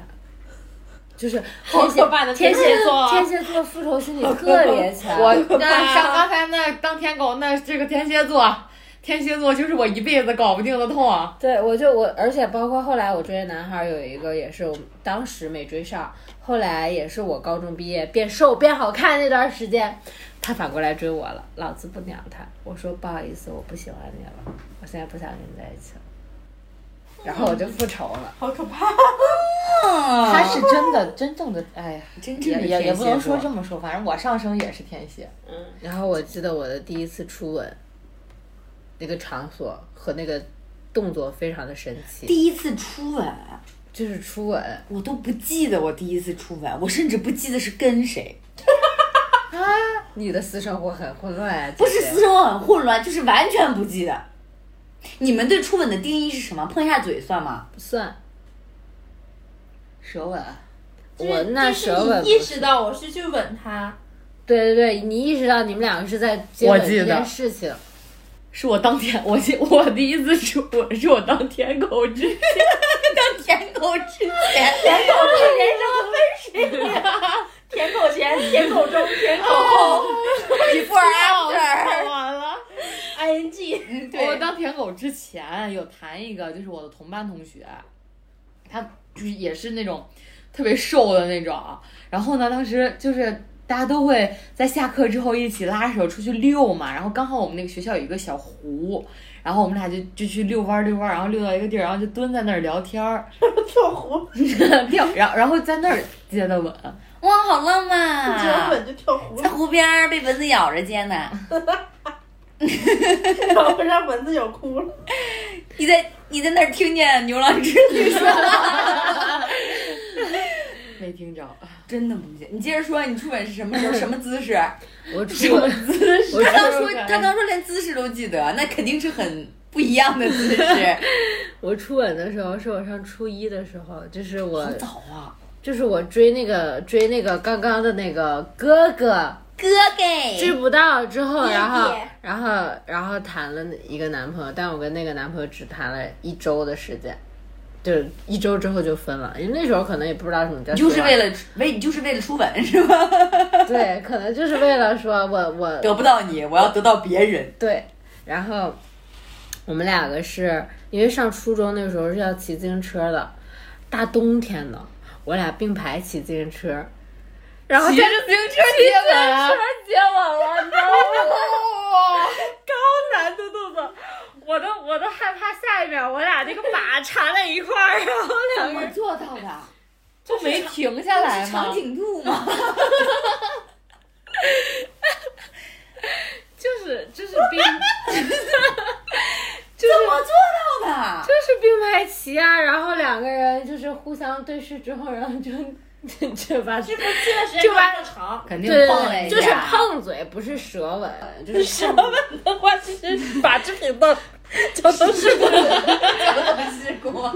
F: 就是天蝎
C: 可怕的
F: 天
C: 天
F: 蝎
C: 蝎座啊
F: 天蝎座复仇心理特别强。
D: 我那像刚才那当天狗那这个天蝎座，天蝎座就是我一辈子搞不定的痛啊！
F: 对，我就我，而且包括后来我追的男孩儿有一个也是我当时没追上，后来也是我高中毕业变瘦变好看那段时间，他反过来追我了，老子不鸟他，我说不好意思，我不喜欢你了，我现在不想跟你在一起了，然后我就复仇了。
C: 好可怕！
D: 他是真的真正的，哎呀，
B: 真正
D: 也
B: 的
D: 也也
B: 天
D: 不
B: 蝎
D: 能说
B: 座
D: 这么说，反正我上升也是天蝎，
F: 然后我记得我的第一次初吻，那个场所和那个动作非常的神奇，
B: 第一次初吻，
F: 就是初吻，
B: 我都不记得我第一次初吻，我甚至不记得是跟谁，
F: 你的私生活很混乱啊，
B: 不是
F: 姐姐
B: 私生活很混乱，就是完全不记得。你们对初吻的定义是什么？碰一下嘴算吗？
F: 不算，
D: 舌吻。啊
F: 我那
C: 就是
F: 舌吻
C: 你意
F: 不
C: 识到我是去吻他，
F: 对对对，你意识到你们两个是在接
D: 我
F: 吻
D: 记
F: 这件
D: 得
F: 事情，
D: 是我当天，我记我第一次是我是我当舔狗之 前，
B: 舔狗之前，舔
C: 狗 是人生的分水岭，
G: 啊
C: 舔狗前、舔狗中、舔狗后
B: before after，
D: 完了。
C: ，ing。
D: 我当舔狗之前有谈一个，就是我的同班同学，他就是也是那种特别瘦的那种。然后呢，当时就是大家都会在下课之后一起拉手出去遛嘛。然后刚好我们那个学校有一个小湖，然后我们俩就就去遛弯儿遛弯儿，然后遛到一个地儿，然后就蹲在那儿聊天 儿， 跳湖，跳，然后然后在那儿接的吻。
B: 哇，好浪漫！啊
C: 接完吻就跳 湖
B: 在，湖边儿被蚊子咬着接呢。
C: 然后让蚊子咬哭了。
B: 你在你在那儿听见牛郎织女说
D: 没听着，
B: 真的不记得。你接着说，你初吻是什 么时候，什么姿势？
F: 我初吻姿势，我
B: 他刚
F: 初
B: 说他刚说连姿势都记得，那肯定是很不一样的姿势。
F: 我初吻的时候是我上初一的时候，就是我
B: 早啊，
F: 就是我追那个追那个刚刚的那个哥哥，
B: 哥
F: 追
B: 给
F: 不到之后，
C: 弟弟
F: 然后然后然后谈了一个男朋友，但我跟那个男朋友只谈了一周的时间，就是一周之后就分了，因为那时候可能也不知道什么叫
B: 就是为
F: 了
B: 了为你就是为了初吻是 吧？
F: 对，可能就是为了说我我
B: 得不到你，我要得到别人。
F: 对，然后我们两个是因为上初中那时候是要骑自行车的，大冬天的，我俩并排骑自行车，然后骑着自行车接啊 吻，接吻了，你知道吗？高难度动作，我都我都害怕下一秒我俩这个把缠在一块儿，然后两个人
B: 做到的？
D: 就没停下来吗？
B: 颈兔吗？
F: 就是就是 并
B: 怎么做到的？
F: 就是并排齐啊，然后两个人就是互相对视之后，然后就就把
C: 这不进来时间
F: 就把
C: 比较长，
B: 肯定
F: 对
B: 碰了一下，
F: 就是碰嘴，不是舌吻，就是
C: 什么的话，其实把这频道就都是过来。
B: 我试过。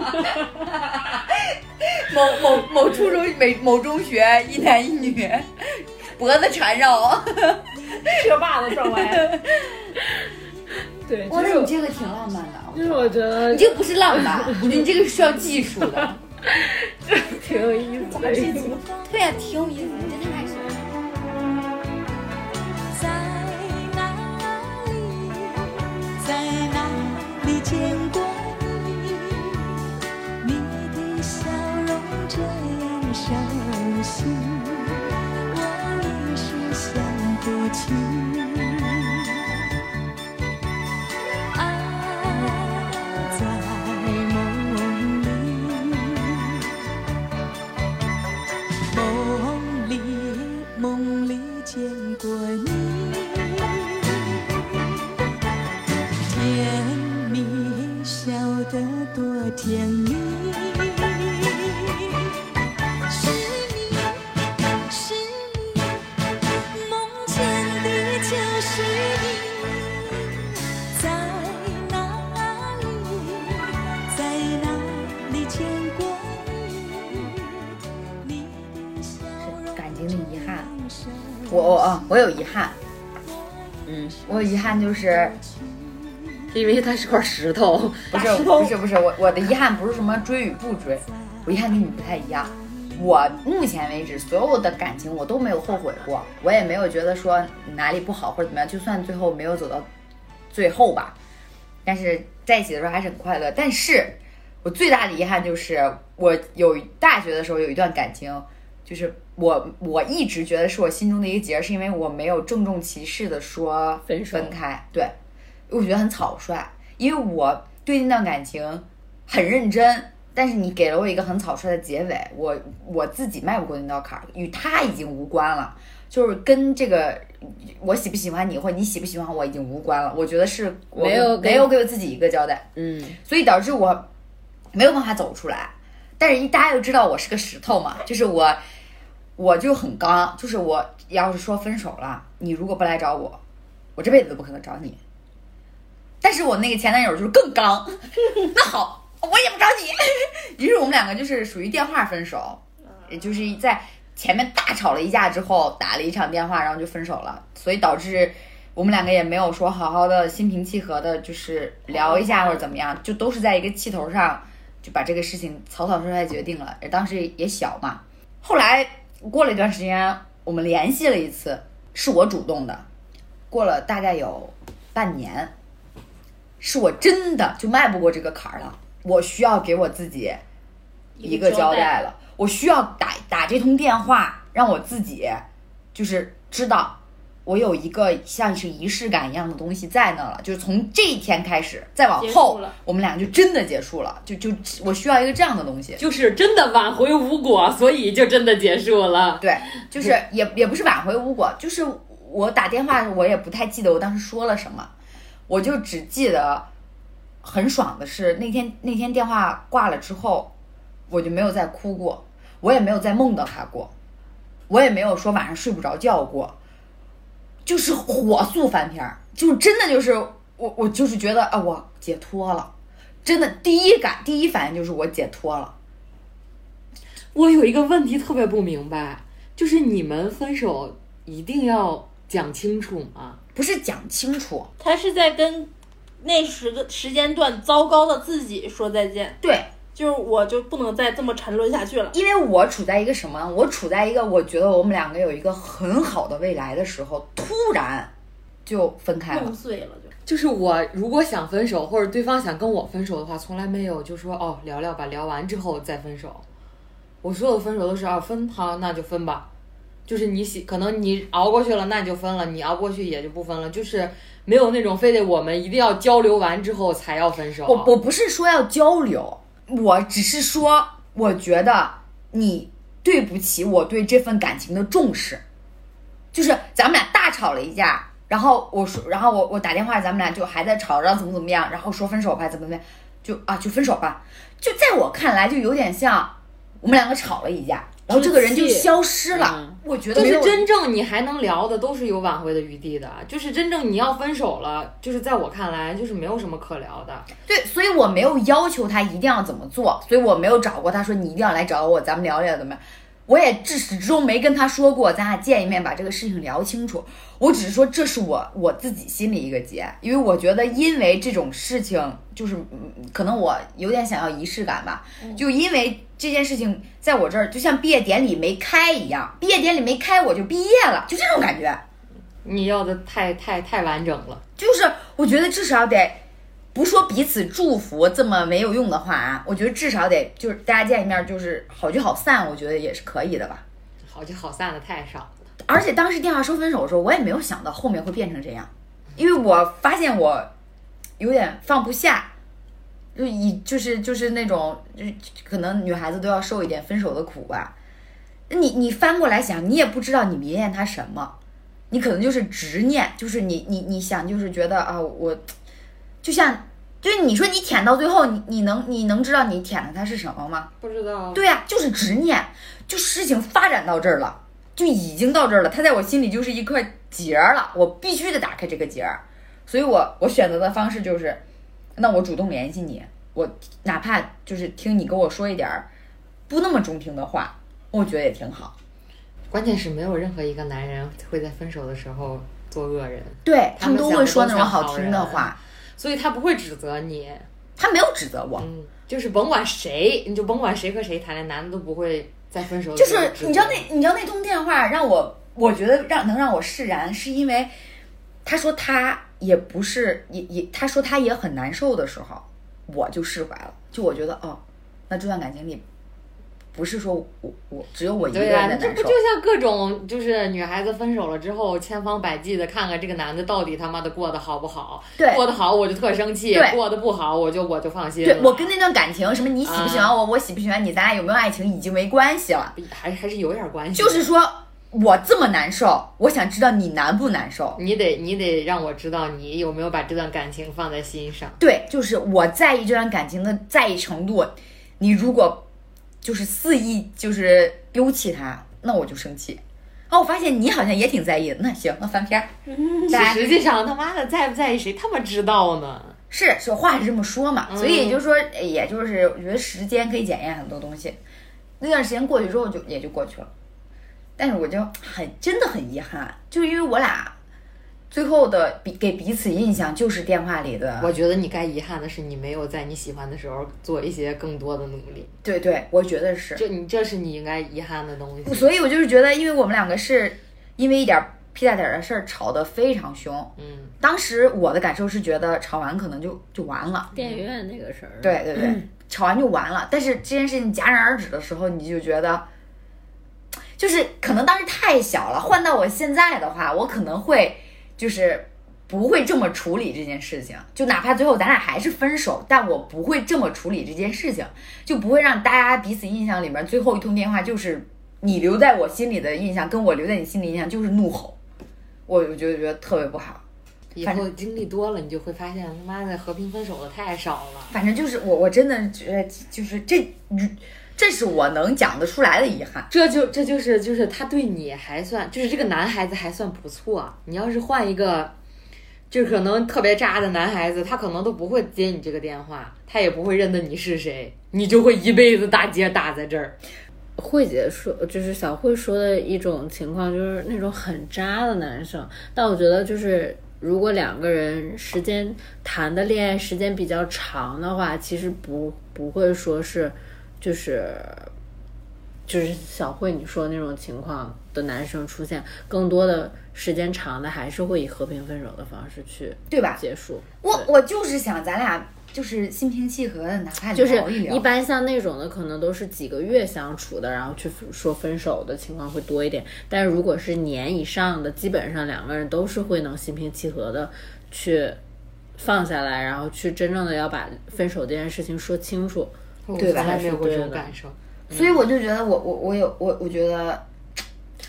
B: 某某某初中、每某中学，一男一女， 脖子缠绕。
C: 车把子撞歪，
F: 对，
B: 哇，
F: 就
B: 那
F: 是
B: 你这个挺浪漫的，
F: 就是我觉得
B: 你这个不是浪 漫，你这个是需要技术的。
F: 挺有意思的一个。
B: 对呀、挺有意思，你这太是。
H: 在哪里，在哪里见过你？你的笑容这样熟悉，我一时想不起。爱在梦里。梦里梦里见过你，甜蜜笑得多甜蜜，是你是你，梦见的就是你，在哪里在哪里见过你？你的笑容
B: 感情的遗憾
H: 就像
B: 我我啊，我有遗憾，嗯，我有遗憾就是
I: 因为它是块石 头，
B: 不是不是不是，我我的遗憾不是什么追与不追，我遗憾跟你不太一样。我目前为止所有的感情我都没有后悔过，我也没有觉得说哪里不好或者怎么样，就算最后没有走到最后吧，但是在一起的时候还是很快乐。但是我最大的遗憾就是，我有大学的时候有一段感情，就是我我一直觉得是我心中的一个结，是因为我没有郑重其事的说
F: 分手
B: 分开，对，我觉得很草率，因为我对那段感情很认真。但是你给了我一个很草率的结尾，我我自己迈不过那道坎儿，与他已经无关了，就是跟这个我喜不喜欢你或你喜不喜欢我已经无关了。我觉得是我
F: 没有给
B: 没有给我自己一个交代，
I: 嗯，
B: 所以导致我没有办法走出来。但是，一大家又知道我是个石头嘛，就是我，我就很刚，就是我要是说分手了，你如果不来找我，我这辈子都不可能找你。但是我那个前男友就是更刚， 那好，我也不找你。 于是我们两个就是属于电话分手，也就是在前面大吵了一架之后，打了一场电话，然后就分手了，所以导致我们两个也没有说好好的心平气和的，就是聊一下或者怎么样，就都是在一个气头上就把这个事情草草率率决定了。当时也小嘛，后来过了一段时间，我们联系了一次，是我主动的，过了大概有半年，是我真的就迈不过这个坎儿了，我需要给我自己一个交代了，我需要打打这通电话，让我自己就是知道我有一个像是仪式感一样的东西在那了，就是从这一天开始，再往
C: 结束
B: 后
C: 了
B: 我们俩就真的结束了，就就我需要一个这样的东西，
I: 就是真的挽回无果，所以就真的结束了。
B: 对，就是也也不是挽回无果，就是我打电话我也不太记得我当时说了什么，我就只记得很爽的是那天那天电话挂了之后，我就没有再哭过，我也没有再梦到他过，我也没有说晚上睡不着觉过，就是火速翻篇儿，就真的就是我我就是觉得啊我解脱了，真的第一感第一反应就是我解脱了。
D: 我有一个问题特别不明白，就是你们分手一定要讲清楚吗？
B: 不是讲清楚，
C: 他是在跟那时的时间段糟糕的自己说再见，
B: 对，
C: 就是我就不能再这么沉沦下去了。
B: 因为我处在一个什么？我处在一个我觉得我们两个有一个很好的未来的时候，突然就分开了
C: 弄。碎了就，
D: 就是我如果想分手，或者对方想跟我分手的话，从来没有就说哦聊聊吧，聊完之后再分手。我所有的分手都是啊分好那就分吧，就是你喜可能你熬过去了那就分了，你熬不过去也就不分了，就是没有那种非得我们一定要交流完之后才要分手。啊
B: 我我不是说要交流，我只是说，我觉得你对不起我对这份感情的重视，就是咱们俩大吵了一架，然后我说，然后我我打电话，咱们俩就还在吵，然后怎么怎么样，然后说分手吧，怎么怎么样，就啊就分手吧，就在我看来就有点像我们两个吵了一架，然后这个人就
F: 置气
B: 消失了，
D: 嗯
B: 我觉得
D: 就
B: 没有
D: 是真正你还能聊的，都是有挽回的余地的。啊就是真正你要分手了，就是在我看来，就是没有什么可聊的。
B: 对，所以我没有要求他一定要怎么做，所以我没有找过他说你一定要来找我，咱们聊聊怎么样。我也至始至终没跟他说过，咱俩见一面把这个事情聊清楚。我只是说这是我我自己心里一个结，因为我觉得因为这种事情，就是嗯可能我有点想要仪式感吧，就因为这件事情在我这儿就像毕业典礼没开一样，毕业典礼没开我就毕业了，就这种感觉。
D: 你要的太太太完整了。
B: 就是我觉得至少得不说彼此祝福这么没有用的话啊，我觉得至少得就是大家见一面就是好聚好散，我觉得也是可以的吧。
D: 好聚好散的太少了。
B: 而且当时电话说分手的时候，我也没有想到后面会变成这样，因为我发现我有点放不下，就以就是就是那种，就是可能女孩子都要受一点分手的苦吧。你你翻过来想，你也不知道你迷恋他什么，你可能就是执念，就是你你你想就是觉得啊，我就像就是你说你舔到最后，你你能你能知道你舔的他是什么吗？
D: 不知道，
B: 对呀、啊就是执念，就事情发展到这儿了，就已经到这儿了，它在我心里就是一块结儿了，我必须得打开这个结儿，所以我我选择的方式就是，那我主动联系你，我哪怕就是听你跟我说一点儿不那么中听的话，我觉得也挺好。
D: 关键是没有任何一个男人会在分手的时候做恶人，
B: 对他
D: 他们
B: 们都
D: 想
B: 会
D: 的
B: 说
D: 都
B: 那种
D: 像好
B: 好听的
D: 人
B: 话，
D: 所以他不会指责你。
B: 他没有指责我，
D: 嗯，就是甭管谁，你就甭管谁和谁谈恋爱，男的都不会在分手的
B: 就
D: 时
B: 是
D: 候指责。
B: 你知道那你知道那通电话让我我觉得让能让我释然，是因为他说他也不是也也他说他也很难受的时候，我就释怀了，就我觉得哦，那这段感情里不是说我我只有我一个
D: 对
B: 人
D: 呀、
B: 在
D: 这
B: 难
D: 不
B: 受
D: 就，像各种就是女孩子分手了之后，千方百计的看看这个男的到底他妈的过得好不好，
B: 对
D: 过得好我就特生气
B: 对，
D: 过得不好我就我就放心了。
B: 对我跟那段感情什么你喜不喜欢我，我喜不喜欢你，咱俩有没有爱情已经没关系了，
D: 还还是有点关系，
B: 就是说我这么难受，我想知道你难不难受。
D: 你得你得让我知道你有没有把这段感情放在心上。
B: 对，就是我在意这段感情的在意程度，你如果就是肆意就是丢弃他，那我就生气。哦，我发现你好像也挺在意的，那行，那翻篇儿。大家
D: 实际上他妈的在不在意谁他妈知道呢？
B: 是是话是这么说嘛，所以也就是说，也就是我觉得时间可以检验很多东西。那段时间过去之后就也就过去了，但是我就很真的很遗憾，就是因为我俩最后的彼给彼此印象就是电话里的
D: 我觉得你该遗憾的是你没有在你喜欢的时候做一些更多的努力，
B: 对对，我觉得是
D: 就你这是你应该遗憾的东西。
B: 所以我就是觉得，因为我们两个是因为一点儿屁大点儿的事儿吵得非常凶。
D: 嗯，
B: 当时我的感受是觉得吵完可能就就完了，
F: 电影院那个事儿，，
B: 对对对， 吵完就完了。但是这件事情戛然而止的时候，你就觉得，就是可能当时太小了。换到我现在的话，我可能会就是不会这么处理这件事情。就哪怕最后咱俩还是分手，但我不会这么处理这件事情，就不会让大家彼此印象里面最后一通电话就是你留在我心里的印象，跟我留在你心里印象就是怒吼。我我就觉得特别不好。
D: 以
B: 反
D: 后经历多了，你就会发现他妈的和平分手的太少了。
B: 反正就是我，我真的觉得就是这，嗯这是我能讲得出来的遗憾。
D: 这就这就是就是他对你还算，就是这个男孩子还算不错。啊你要是换一个，就可能特别渣的男孩子，他可能都不会接你这个电话，他也不会认得你是谁，你就会一辈子打结打在这儿。
F: 慧姐说，就是小慧说的一种情况，就是那种很渣的男生。但我觉得，就是如果两个人时间谈的恋爱时间比较长的话，其实不不会说是，就是就是小慧你说的那种情况的男生出现，更多的时间长的还是会以和平分手的方式去
B: 对吧
F: 结束。
B: 我我就是想咱俩就是心平气和的，哪怕
F: 就是
B: 聊一聊。
F: 一般像那种的，可能都是几个月相处的，然后去说分手的情况会多一点。但是如果是年以上的，基本上两个人都是会能心平气和的去放下来，然后去真正的要把分手这件事情说清楚。
B: 对吧
D: 从来没有过这种
F: 对的
D: 感受。
B: 所以我就觉得我我我有我我觉得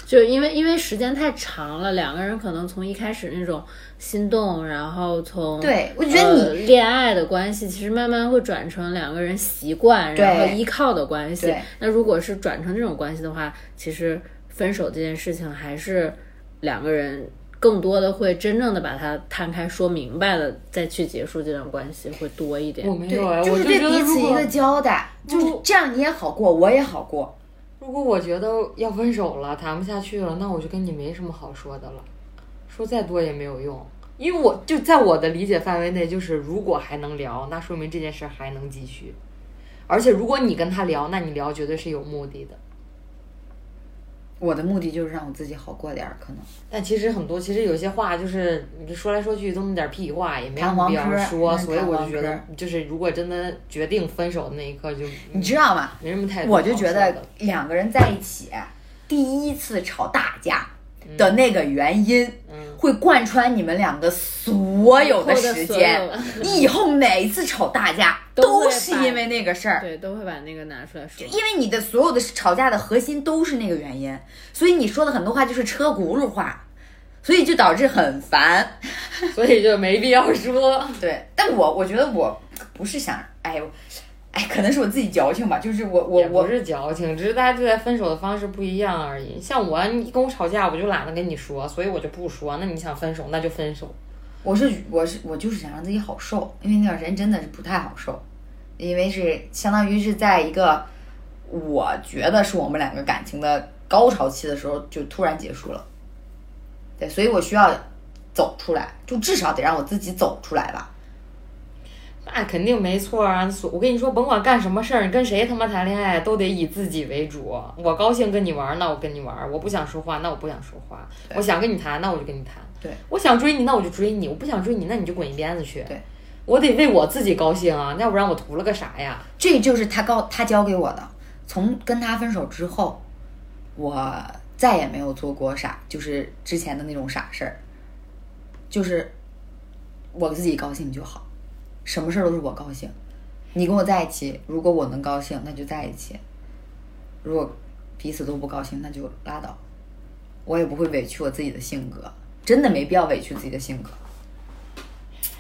F: 就因为因为时间太长了，两个人可能从一开始那种心动，然后从
B: 对我觉得你
F: 呃恋爱的关系，其实慢慢会转成两个人习惯，然后
B: 对
F: 依靠的关系
B: 对。
F: 那如果是转成这种关系的话，其实分手这件事情还是两个人更多的会真正的把它摊开说明白了，再去结束这段关系会多一点
D: 我。没
B: 对
D: 有哎，，
B: 就
D: 我
B: 是
D: 觉
B: 对
D: 得
B: 彼
D: 如
B: 此一
D: 果
B: 个交代，就是这样你也好过，我也好过。
D: 如果我觉得要分手了，谈不下去了，那我就跟你没什么好说的了，说再多也没有用。因为我就在我的理解范围内，就是如果还能聊，那说明这件事还能继续。而且如果你跟他聊，那你聊绝对是有目的的。
B: 我的目的就是让我自己好过点儿，可能
D: 但其实很多，其实有些话就是你说来说去都那么点屁话，也没什
B: 弹
D: 么
B: 簧
D: 必
B: 嗑
D: 要
B: 儿
D: 说。
B: 嗯
D: 所以
B: 弹
D: 我
B: 簧
D: 就觉
B: 嗑
D: 得
B: 儿，
D: 就是如果真的决定分手的那一刻就，
B: 你知道吗？
D: 没什么太多
B: 我就
D: 好
B: 觉
D: 说
B: 得
D: 的
B: 两个人在一起，第一次吵大架
D: 嗯
B: 的那个原因，会贯穿你们两个所有的时间
F: 以后的。
B: 你以后每一次吵大架，
F: 都会
B: 都是因为那个事儿。
F: 对，都会把那个拿出来说。
B: 因为你的所有的吵架的核心都是那个原因，所以你说的很多话就是车轱辘话，所以就导致很烦。
D: 所以就没必要说。
B: 对，但我我觉得我不是想，哎呦，哎，可能是我自己矫情吧，就是我我
D: 也
B: 我
D: 不是矫情，只是大家对待分手的方式不一样而已。像我，你跟我吵架，我就懒得跟你说，所以我就不说。那你想分手，那就分手。
B: 我是我是我就是想让自己好受，因为那段时间真的是不太好受，因为是相当于是在一个我觉得是我们两个感情的高潮期的时候就突然结束了，对，所以我需要走出来，就至少得让我自己走出来吧。
D: 那肯定没错啊！所我跟你说，甭管干什么事儿，你跟谁他妈谈恋爱，都得以自己为主。我高兴跟你玩儿，那我跟你玩儿；我不想说话，那我不想说话；我想跟你谈，那我就跟你谈。
B: 对，
D: 我想追你，那我就追你；我不想追你，那你就滚一边子去。
B: 对，
D: 我得为我自己高兴啊，要不然我图了个啥呀？
B: 这就是他告他教给我的。从跟他分手之后，我再也没有做过傻，就是之前的那种傻事儿，就是我自己高兴就好，什么事儿都是我高兴。你跟我在一起，如果我能高兴，那就在一起；如果彼此都不高兴，那就拉倒。我也不会委屈我自己的性格，真的没必要委屈自己的性格。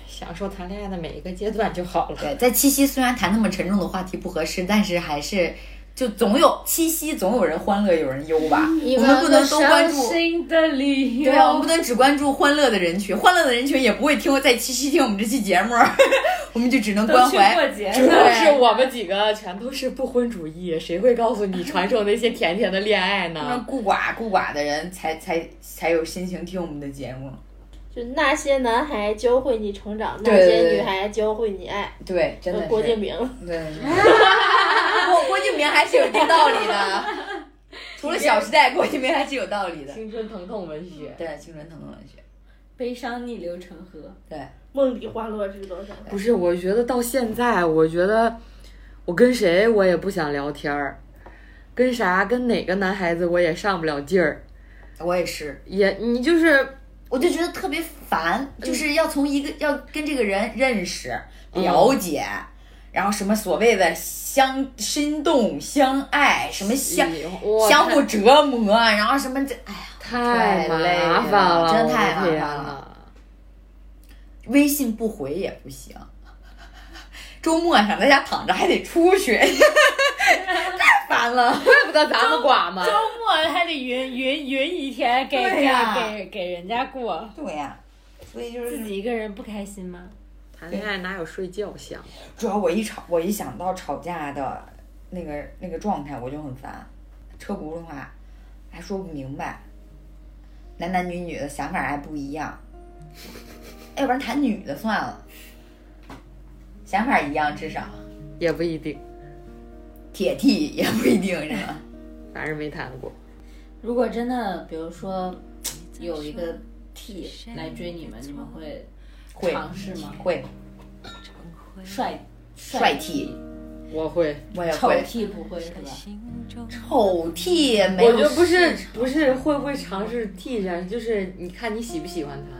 D: 享受谈恋爱的每一个阶段就好了。
B: 对，在七夕虽然谈那么沉重的话题不合适，但是还是就总有七夕总有人欢乐有人忧吧，我们不能都关注。
D: 的理
B: 对啊，我们不能只关注欢乐的人群，欢乐的人群也不会听在七夕听我们这期节目， 我们就只能关怀。
D: 节，主要是我们几个全都是不婚主义，谁会告诉你传授那些甜甜的恋爱
B: 那
D: 呢？
B: 顾寡顾寡的人才才才有心情听我们的节目。
G: 就那些男孩教会你成长，那
B: 对对
G: 些
B: 对
G: 女孩教会你爱。
B: 对，真的
G: 呃
B: 是
G: 郭敬明，
B: 对，郭郭敬明还是有一定道理的，除了《小时代》，郭敬明还是有道理的。
D: 青春疼痛文学，
B: 对，青春疼痛文学，
F: 悲伤逆流成河。
B: 对。
G: 梦里花落知多少。
D: 不是？我觉得到现在，我觉得我跟谁我也不想聊天儿，跟啥跟哪个男孩子我也上不了劲儿，
B: 我也是，
D: 也你就是
B: 我就觉得特别烦，就是要从一个要跟这个人认识、了解，然后什么所谓的相心动、相爱，什么相
D: 哇
B: 相互折磨，然后什么这，哎呀，
D: 太
B: 太累
D: 麻烦了，
B: 真太
D: 我的天啊
B: 麻烦了
D: 呐
B: 微信不回也不行。周末想在家躺着，还得出去， 太烦了。
D: 怪不得咱们寡嘛。
G: 哦
F: 末还得匀匀匀一天 给
B: 对呀给
F: 给人家过，
B: 对呀、所以就是
F: 己一个人不开心吗？
D: 谈恋爱哪有睡觉香？
B: 主要我一吵，我一想到吵架的那个那个状态，我就很烦。车轱辘话还说不明白，男男女女的想法还不一样，要不然谈女的算了，想法一样至少
D: 也不一定，
B: 铁 t 也不一定是吧？
D: 反正没谈过。
F: 如果真的，比如说有一个 T 来追你们，你们会
B: 会
F: 尝试吗？
B: 会
F: 帅
B: 帅 T，
D: 我会，
B: 我也
F: 丑
B: 会
F: T 不会是吧？
B: 丑 T 没有
D: 我觉得不是
B: 市场
D: 不是会不会尝试替一下，就是你看你喜不喜欢他。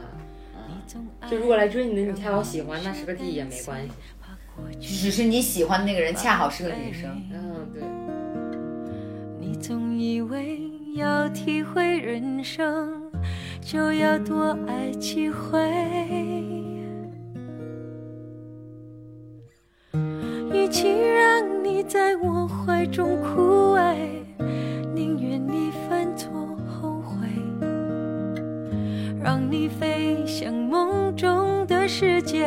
E: 就如果来追你的你恰好喜欢，那是个 T 也没关系。
B: 只是你喜欢的那个人恰好是个女生。
E: 嗯，对。
J: 你总以为要体会人生，就要多爱几回。与其让你在我怀中枯萎，宁愿你犯错后悔，让你飞向梦中的世界，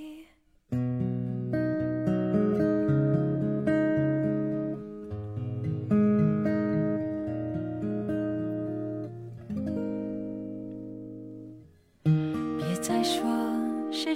J: 别再说是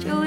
J: 就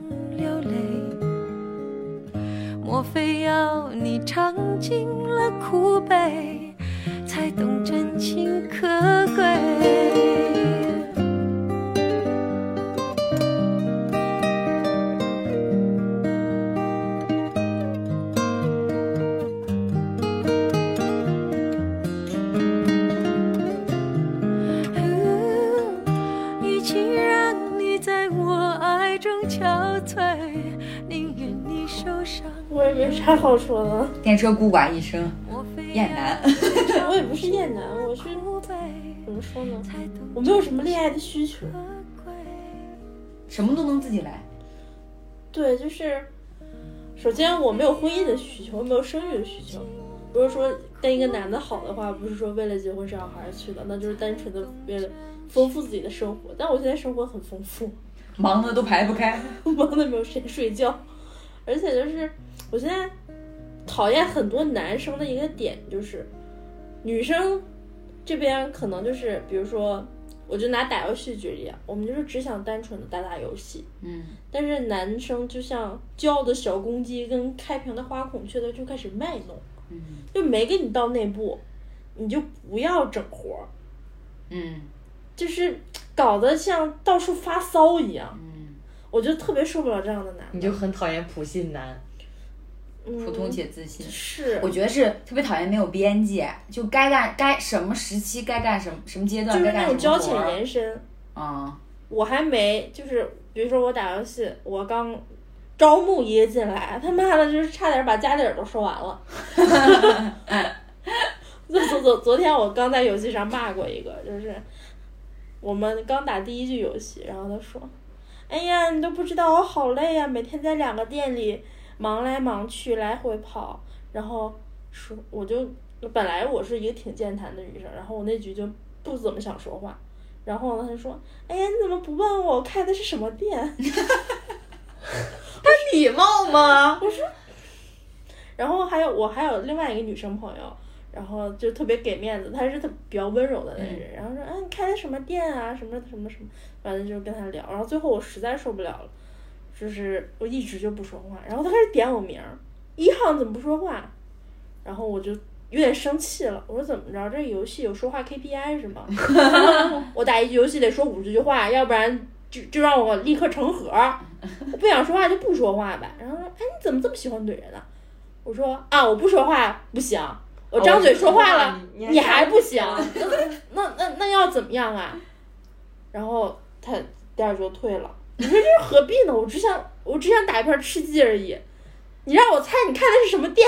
J: 流泪。莫非要你尝尽了苦悲，才懂真情可贵？哦与其让你在我爱中憔悴，宁愿你受伤。
C: 我也没啥好说的，
B: 电车孤寡一生，
J: 莫非
B: 厌男。
C: 我也不是厌男，我是
J: 苦悲，
C: 怎么说呢？
J: 才懂
C: 我没有什么恋爱的需求。
J: 可贵。
B: 什么都能自己来。
C: 对，就是首先我没有婚姻的需求，我没有生育的需求。不是说跟一个男的好的话，不是说为了结婚生小孩儿去的，那就是单纯的为了丰富自己的生活。但我现在生活很丰富，
B: 忙的都排不开。
C: 忙的没有时间睡觉，而且就是我现在讨厌很多男生的一个点就是，女生这边可能就是比如说，我就拿打游戏举例啊，我们就是只想单纯的打打游戏，
B: 嗯，
C: 但是男生就像骄傲的小公鸡跟开屏的花孔雀的就开始卖弄，
B: 嗯
C: 就没给你到内部，你就不要整活儿，
B: 嗯
C: 就是搞得像到处发骚一样，
B: 嗯，
C: 我就特别受不了这样的男的。
E: 你就很讨厌普信男，
C: 嗯
B: 普通且自信。
C: 是，
B: 我觉得是特别讨厌没有边界，就该干该什么时期该干什么什么阶段
C: 就
B: 该
C: 是
B: 干
C: 那
B: 什
C: 种
B: 么
C: 交
B: 活
C: 浅
B: 儿
C: 言深。
B: 啊，
C: 我还没就是，比如说我打游戏，我刚招募一个进来，他妈的就是差点把家底儿都说完了。昨昨昨昨天我刚在游戏上骂过一个，就是我们刚打第一局游戏，然后他说：“哎呀，你都不知道我好累呀、每天在两个店里忙来忙去，来回跑。”然后说我就本来我是一个挺健谈的女生，然后我那局就不怎么想说话，然后呢他就说：“哎呀，你怎么不问我开的是什么店？”
E: 礼貌吗？
C: 然后还有我还有另外一个女生朋友，然后就特别给面子，她是特比较温柔的那种人，然后说，哎，你开的什么店啊，什么什么什么，反正就跟她聊，然后最后我实在受不了了，就是我一直就不说话，然后她开始点我名儿，一号你怎么不说话？然后我就有点生气了，我说怎么着，这游戏有说话 KPI 是吗？我打一局游戏得说五十句话，要不然就就让我立刻成盒儿，我不想说话就不说话呗。然后说，哎，你怎么这么喜欢怼人呢、我说啊，我不说话不行，我张嘴说话了，
E: 你
C: 你还不行，那那那要怎么样啊？然后他第二局就退了。你说这何必呢？我只想我只想打一片吃鸡而已。你让我猜，你看的是什么店？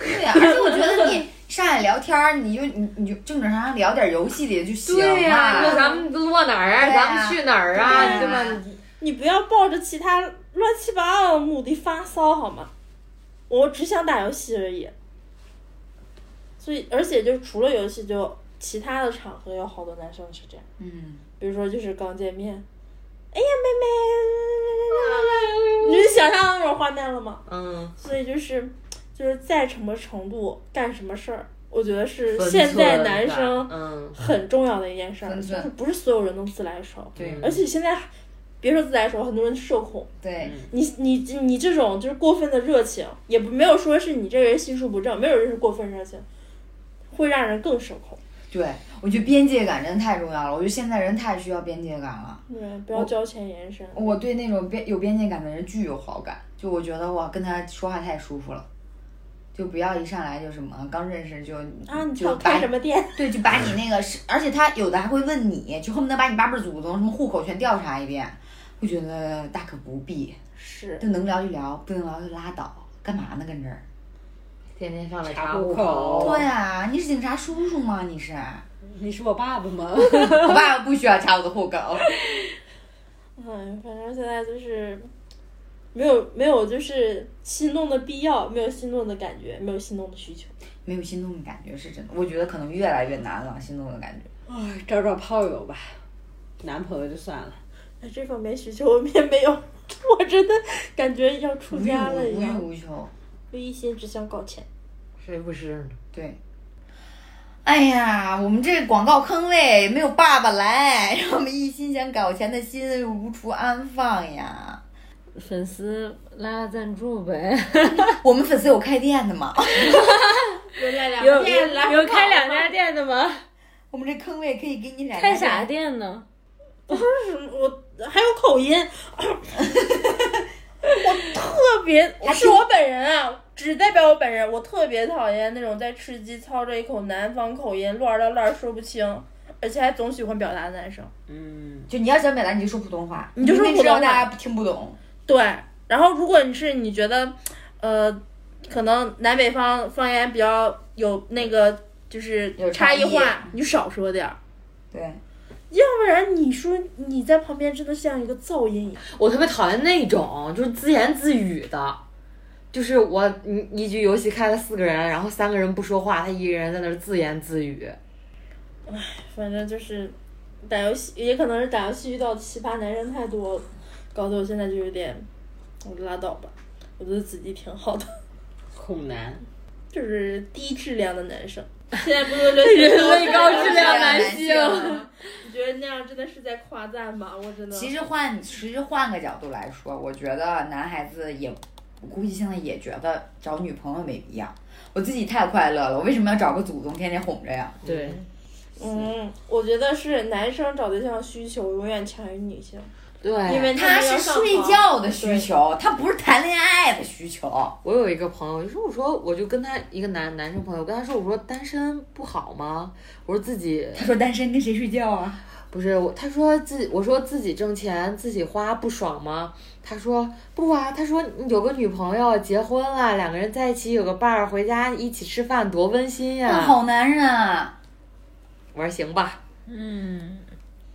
B: 对呀、而且我觉得你上来聊天儿，你就你你就正正常常聊点游戏里就行
D: 对哎呀、
B: 嘛
C: 啊
D: 你说咱们落哪儿啊？
B: 哎对呀
D: 咱们去哪儿啊？对吧？
C: 你不要抱着其他乱七八糟的目的发骚好吗？我只想打游戏而已。所以，而且就除了游戏就，其他的场合有好多男生是这样，
B: 嗯，
C: 比如说就是刚见面，哎呀哎妹妹，你就想象到那种画面了吗？
D: 嗯，
C: 所以就是，就是在什么程度干什么事儿，我觉得是
D: 分
C: 现在
D: 寸
C: 男
D: 感
C: 生
D: 嗯，
C: 很重要的一件事儿，
B: 分
C: 就
B: 寸
C: 是不是所有人都自来熟，
B: 对
C: 而且现在别说自来熟，很多人社恐，
B: 对，
C: 你你你这种就是过分的热情，也不没有说是你这个人心术不正，没有人是过分热情，会让人更社恐。
B: 对，我觉得边界感真的太重要了。我觉得现在人太需要边界感了。
C: 对，
B: 哦
C: 不要交浅言深。
B: 我对那种边有边界感的人具有好感，就我觉得哇，跟他说话太舒服了，就不要一上来就什么刚认识就
C: 啊，你
B: 就
C: 想
B: 把
C: 开什么 店？
B: 对就
C: 嗯
B: 把你那个是，而且他有的还会问你，就恨不得把你八辈儿祖宗什么户口全调查一遍，我觉得大可不必，
C: 是，
B: 就能聊就聊，不能聊就拉倒，干嘛呢跟这儿？
D: 天天上来
E: 查
D: 查
E: 户
D: 户
C: 哦
E: 口
D: 口，
B: 对啊，你是警察叔叔吗？你是？
E: 你是我爸爸吗？
B: 我爸爸不需要查我的户口。
C: 嗯，反正现在就是没有没有就是心动的必要，没有心动的感觉，没有心动的需求。
B: 没有心动的感觉是真的，我觉得可能越来越难了，心动的感觉。
E: 哎找找炮友吧，男朋友就算了。
C: 那哎这方面需求我们也没有，我真的感觉要出
B: 无欲
C: 家了
B: 无
C: 一
B: 无欲
C: 样，
B: 无求，
C: 就一心只想搞钱。
D: 谁不是呢？
B: 对。哎呀，我们这广告坑位没有爸爸来， 让我们一心想搞钱的心又无处安放呀。
F: 粉丝拉拉赞助呗，
B: 我们粉丝有开店的吗？
F: 有有开两家店的吗？
B: 我们这坑位可以给你俩
F: 开啥？店呢？
C: 嗯我还有口音， 我特别是我本人啊，只代表我本人，我特别讨厌那种在吃鸡操着一口南方口音乱到乱说不清，而且还总喜欢表达的男生。
E: 嗯，
B: 就你要想表达，你就说普通话，
C: 你就说
B: 明明知道
C: 普通话
B: 大家听不懂。
C: 对，然后如果你是你觉得，呃，可能南北方方言比较有那个就是
B: 有
C: 差
B: 差
C: 异
B: 异
C: 化，你就少说点儿，
B: 对，
C: 要不然你说你在旁边真的像一个噪音一样。
D: 我特别讨厌那种就是自言自语的，就是我你一局游戏开了四个人，然后三个人不说话，他一个人在那儿自言自语。
C: 反正就是打游戏，也可能是打游戏遇到的奇葩男生太多了，搞得我现在就有点，我就拉倒吧。我觉得自己挺好的，
E: 恐男。
C: 就是低质量的男 生。现在不都流行人
D: 类高质量男性
C: 你觉得那样真的是在夸赞吗？我真的。
B: 其实换其实换个角度来说，我觉得男孩子也，我估计现在也觉得找女朋友没必要。我自己太快乐了，我为什么要找个祖宗天天哄着呀？
D: 对，
C: 嗯，我觉得是男生找对象的需求永远强于女性，
D: 对，
C: 因为
B: 他
C: 们要
B: 是
C: 上
B: 睡
C: 床。
B: 觉的需求，他不是谈恋爱的需求。
D: 我有一个朋友，就是我说我就跟他一个男男生朋友，我跟他说我说单身不好吗？我说自己
B: 他说单身跟谁睡觉啊？
D: 不是我，他说自己我说自己挣钱自己花不爽吗？他说不啊，他说你有个女朋友结婚了，两个人在一起有个伴儿，回家一起吃饭多温馨呀、
B: 好男人啊！
D: 我说行吧，
F: 嗯，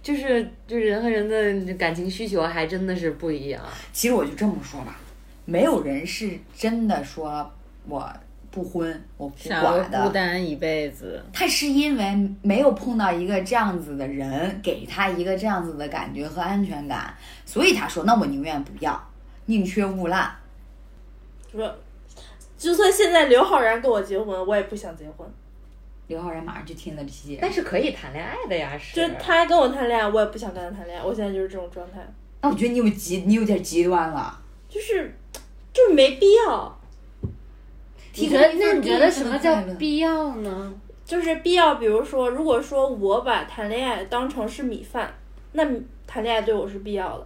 D: 就是就是人和人的感情需求还真的是不一样。
B: 其实我就这么说吧，没有人是真的说我不婚我不
F: 想要
B: 寡的
F: 孤，单一辈子，
B: 他是因为没有碰到一个这样子的人，给他一个这样子的感觉和安全感，所以他说：“那我宁愿不要，宁缺毋滥。
C: 说，就算现在刘昊然跟我结婚，我也不想结婚。”
B: 刘昊然马上就听了这期节目
D: 但，是可以谈恋爱的呀，是
C: 就是他跟我谈恋爱，我也不想跟他谈恋爱。我现在就是这种状态，
B: 那哎我觉得你有极，你有点极端了。
C: 就是就是没必要，
F: 你觉得
B: 提供一
F: 那
B: 份
F: 你觉得
B: 更
F: 什
B: 多
F: 么
B: 的
F: 叫
B: 快乐
F: 必要呢？
C: 就是必要。比如说，如果说我把谈恋爱当成是米饭，那米谈恋爱对我是必要的。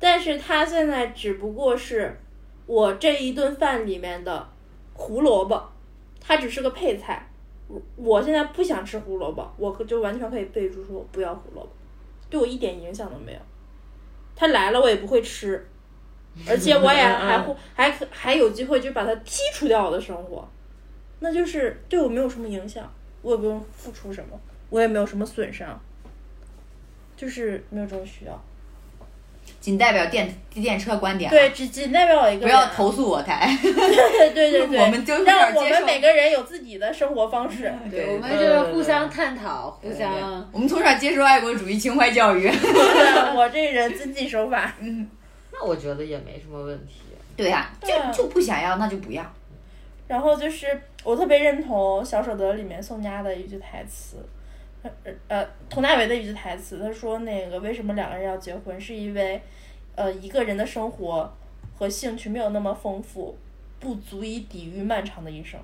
C: 但是他现在只不过是我这一顿饭里面的胡萝卜，它只是个配菜，我我现在不想吃胡萝卜，我可就完全可以备注说我不要胡萝卜，对我一点影响都没有。它来了我也不会吃，而且我也还会还可还有机会就把它剔除掉我的生活，那就是对我没有什么影响，我也不用付出什么，我也没有什么损伤，就是没有这种需要。
B: 仅代表电电车观点啊，
C: 对，只仅代表我一个人。
B: 不要投诉我台。
C: 对对对对，
B: 我们就是要
C: 让我
B: 接
C: 们
B: 受嗯
C: 每个人有自己的生活方式。
B: 对
F: 我们就是互相探讨，互相
B: 我们从小接受爱国主义情怀教育。
C: 我这人遵纪守法。
E: 那我觉得也没什么问题。
B: 对呀、
C: 对啊
B: 就就不想要，那就不要。
C: 然后就是我特别认同《小舍得》里面宋佳的一句台词，呃呃，佟大为的一句台词，他说那个为什么两个人要结婚，是因为，呃，一个人的生活和兴趣没有那么丰富，不足以抵御漫长的一生。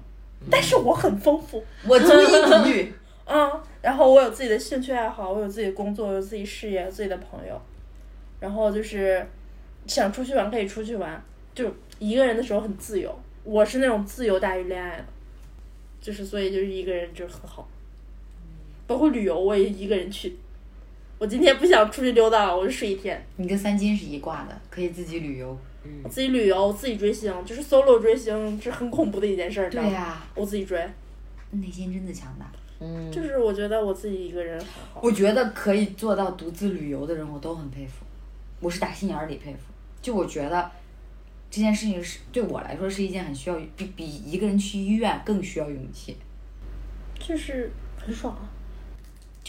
C: 但是我很丰富，
B: 我足以抵 御。
C: 嗯，然后我有自己的兴趣爱好，我有自己的工作，我有自己事业，有自己的朋友，然后就是想出去玩可以出去玩，就一个人的时候很自由。我是那种自由大于恋爱的，就是所以就是一个人就是很好，包括旅游我也一个人去。我今天不想出去溜达，我就睡一天。
B: 你跟三金是一挂的，可以自己旅游。
C: 我自己旅游，我自己追星，就是 solo 追星，这很恐怖的一件事儿，你知道
B: 对
C: 吗？
B: 呀、
C: 我自己追，
B: 内心真的强大。
E: 嗯，
C: 就是我觉得我自己一个人很好。
B: 我觉得可以做到独自旅游的人，我都很佩服。我是打心眼儿里佩服。就我觉得这件事情是对我来说是一件很需要比比一个人去医院更需要勇气。
C: 就是很爽啊。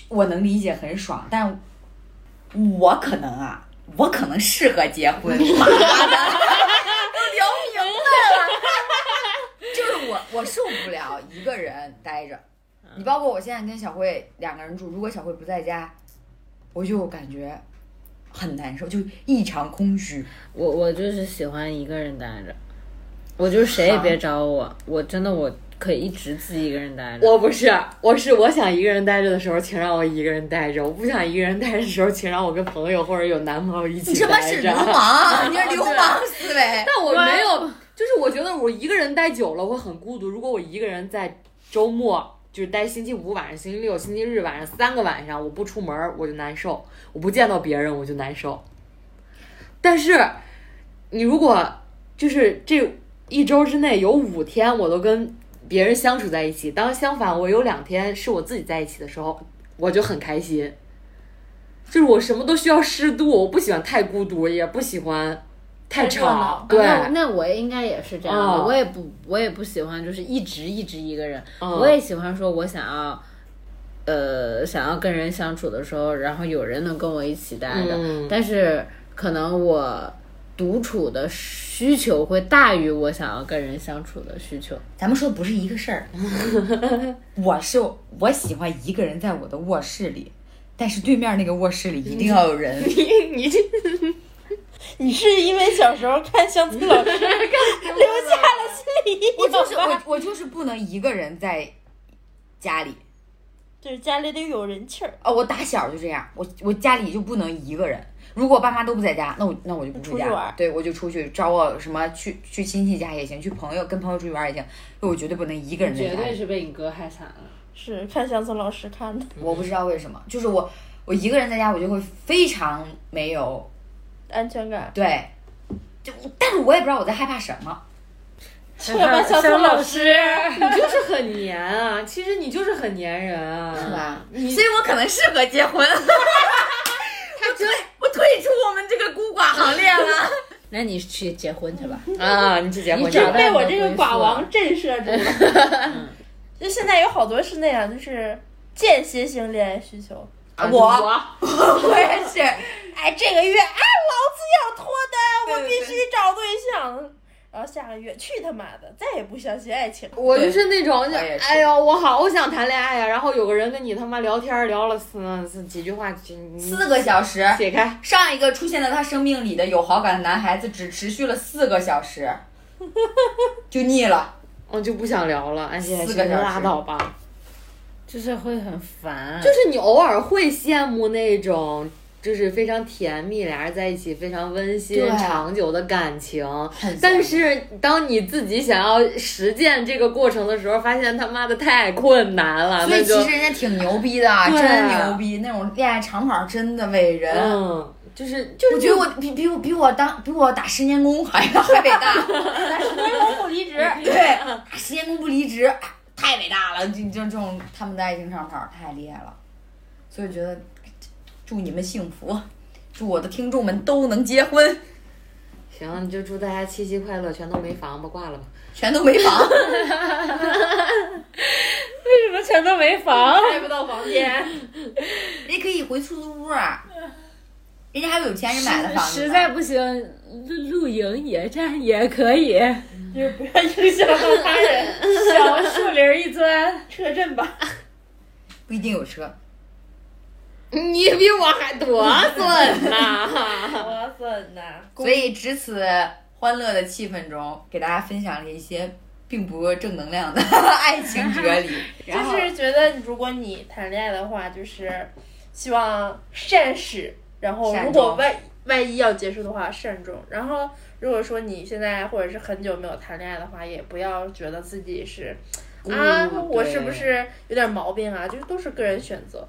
B: 我能理解很爽，但我可能啊，我可能适合结婚。妈的， 聊明白了，就是我我受不了一个人待着。你包括我现在跟小慧两个人住，如果小慧不在家，我就感觉很难受，就异常空虚。
F: 我我就是喜欢一个人待着，我就是谁也别找我，我真的我可以一直自己一个人待着。
D: 我呃不是，我是我想一个人待着的时候，请让我一个人待着；我不想一个人待着的时候，请让我跟朋友或者有男朋友一起
B: 你他妈
D: 待
B: 是
D: 着。
B: 流 氓， 你是流氓思维。
D: 但我没有，就是我觉得我一个人待久了会很孤独。如果我一个人在周末，就是待星期五晚上、星期六、星期日晚上三个晚上，我不出门儿我就难受，我不见到别人我就难受。但是你如果就是这一周之内有五天我都跟别人相处在一起，当相反我有两天是我自己在一起的时候，我就很开心。就是我什么都需要适度，我不喜欢太孤独，也不喜欢太嗯
C: 太热
D: 吵
C: 闹。
D: 对，
F: 那啊那我应该也是这样的，
D: 哦
F: 我也不我也不喜欢就是一直一直一个人，
E: 哦
D: 嗯
F: 我也喜欢说我想要。呃，想要跟人相处的时候，然后有人能跟我一起待着，
D: 嗯
F: 但是可能我独处的需求会大于我想要跟人相处的需求。
B: 咱们说的不是一个事 儿。我是我喜欢一个人在我的卧室里，但是对面那个卧室里一定要有 人。
D: 你这
C: 你是因为小时候看相亲老师留下了心理阴
B: 我就是
C: 影
B: 我
C: 吧？
B: 我就是不能一个人在家里。
C: 就是家里得有人气儿，
B: 哦，我打小就这样，我我家里就不能一个人。如果爸妈都不在家，那我那我就不
C: 出去
B: 家，
C: 玩儿
B: 对我就出去找我什么去去亲戚家也行，去朋友跟朋友出去玩儿也行，就我绝对不能一个人在家里。
F: 是被你哥害惨了。
C: 是看相亲老师看的，
B: 我不知道为什么，就是我我一个人在家，我就会非常没有
C: 安全 感。
B: 对，就但是我也不知道我在害怕什么。
C: 去吧，相亲老师。
D: 你就是很黏啊，其实你就是很黏人啊，是
B: 是？吧？
D: 你
B: 所以我可能适合结婚。他退，我退出我们这个孤寡行列了。
F: 那你去结婚去吧。
D: 啊，你去结婚
F: 你
D: 去
F: 找
D: 了
F: 到
C: 被我这个寡王震慑住了。就现在有好多是那样，就是间歇性恋爱需求。
D: 啊
B: 我 我也是，
C: 哎，这个月啊，老子要脱单，我
B: 对
C: 必
B: 对
C: 须找对象。然后下个月去他妈的，再也不相信爱情。
D: 我就是那种，就
B: 也是
D: 哎呦，我好想谈恋爱呀、然后有个人跟你他妈聊天儿聊了四几句话，就你
B: 四个小时。
D: 解开，
B: 上一个出现在他生命里的有好感的男孩子，只持续了四个小时， 就腻了。
E: 哦
D: 我就不想聊
E: 哎
D: 了，安心
B: 四个小时
D: 拉倒吧。
F: 就是会很烦，
D: 就是你偶尔会羡慕那种
E: 就是非常甜蜜，俩人在一起非常温馨、
D: 对
E: 长久的感情。
D: 很
E: 但是当你自己想要实践这个过程的时候，发现他妈的太困难了，
B: 所以
E: 那
B: 其
E: 就
B: 实人家挺牛逼的，啊
E: 对
B: 真牛逼！那种恋爱长跑真的伟人。
E: 嗯，就是
B: 我觉得我比比我比我当比我打十年工还还伟大， 打十年工不离职， 对，打十年工不离职，太伟大了！就就这种他们的爱情长跑太厉害了，所以我觉得祝你们幸福，祝我的听众们都能结婚，
E: 行，你就祝大家七夕快乐，全都没房吧，挂了吧。
B: 全都没 房。
E: 为什么全都没房？
C: 开不到房间，
B: 人家可以回出租屋啊，人家还有有钱人买的房子呢，
F: 实在不行，呃露露营野战也可以。
C: 就是不要影响到他人，
F: 小树林一钻，
C: 车震吧。
B: 不一定有车。
E: 你比我还多损呐！
C: 我粉呐，
B: 所以，值此欢乐的气氛中，给大家分享了一些并不正能量的 爱情哲理。
C: 就
B: 然后，
C: 是觉得如果你谈恋爱的话，就是希望善始，然后
B: 善
C: 如果
B: 终
C: 万万一要结束的话，慎重。然后如果说你现在或者是很久没有谈恋爱的话，也不要觉得自己是。啊，我是不是有点毛病啊？就是都是个人选择。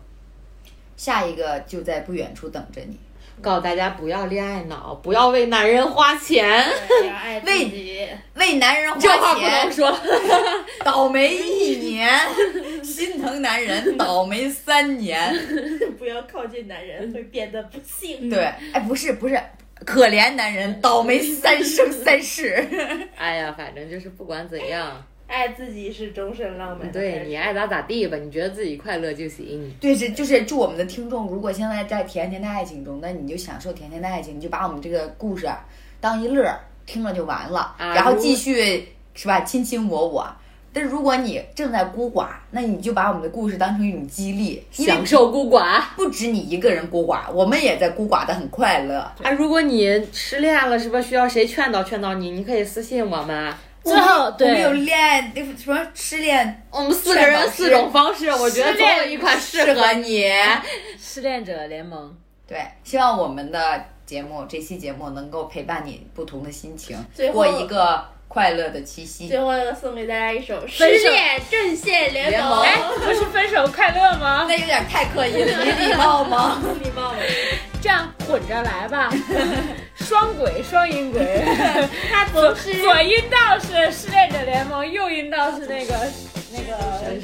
B: 下一个就在不远处等着你。
E: 告诉大家不要恋爱脑，不要为男人花钱，
C: 对要爱自
B: 为
C: 己，
B: 为男人
E: 这话
B: 花
E: 不能
B: 钱，
E: 说了。
B: 倒霉一年；心疼男人，倒霉三年。
C: 不要靠近男人，会变得不幸。
B: 对，哎，不是不是，可怜男人，倒霉三生三世。
E: 哎呀，反正就是不管怎样，
C: 爱自己是终身浪漫的开始。
E: 对你爱咋咋地吧，你觉得自己快乐就行。
B: 对，是就是祝我们的听众，如果现在在甜甜的爱情中，那你就享受甜甜的爱情，你就把我们这个故事啊当一乐儿听了就完了，
E: 啊
B: 然后
E: 如
B: 继续是吧，卿卿我我。但如果你正在孤寡，那你就把我们的故事当成一种激励，因为
E: 享受孤寡。
B: 不止你一个人孤寡，我们也在孤寡的很快乐。
E: 啊，如果你失恋了是吧？需要谁劝导劝导你，你可以私信我们。啊
F: 最后
B: 我们有
F: 对
B: 恋爱那个什么失恋，
E: 我们四个人四种方式，我觉得总
B: 失恋
E: 有一款适
B: 适合
E: 合
B: 你
E: 你。
F: 失恋者联盟，
B: 对，希望我们的节目这期节目能够陪伴你不同的心情
C: 最，后
B: 过一个快乐的七夕。
C: 最后送给大家一首《失
F: 分手
C: 恋阵线联
B: 联
C: 盟
B: 盟》。
F: 不是分手快乐吗？
B: 那有点太刻意了，你礼貌吗？
C: 礼貌吗？
F: 这样混着 来吧，双轨双音轨，
C: 他总是
F: 左音道是失恋者联盟，右音道是那个那个。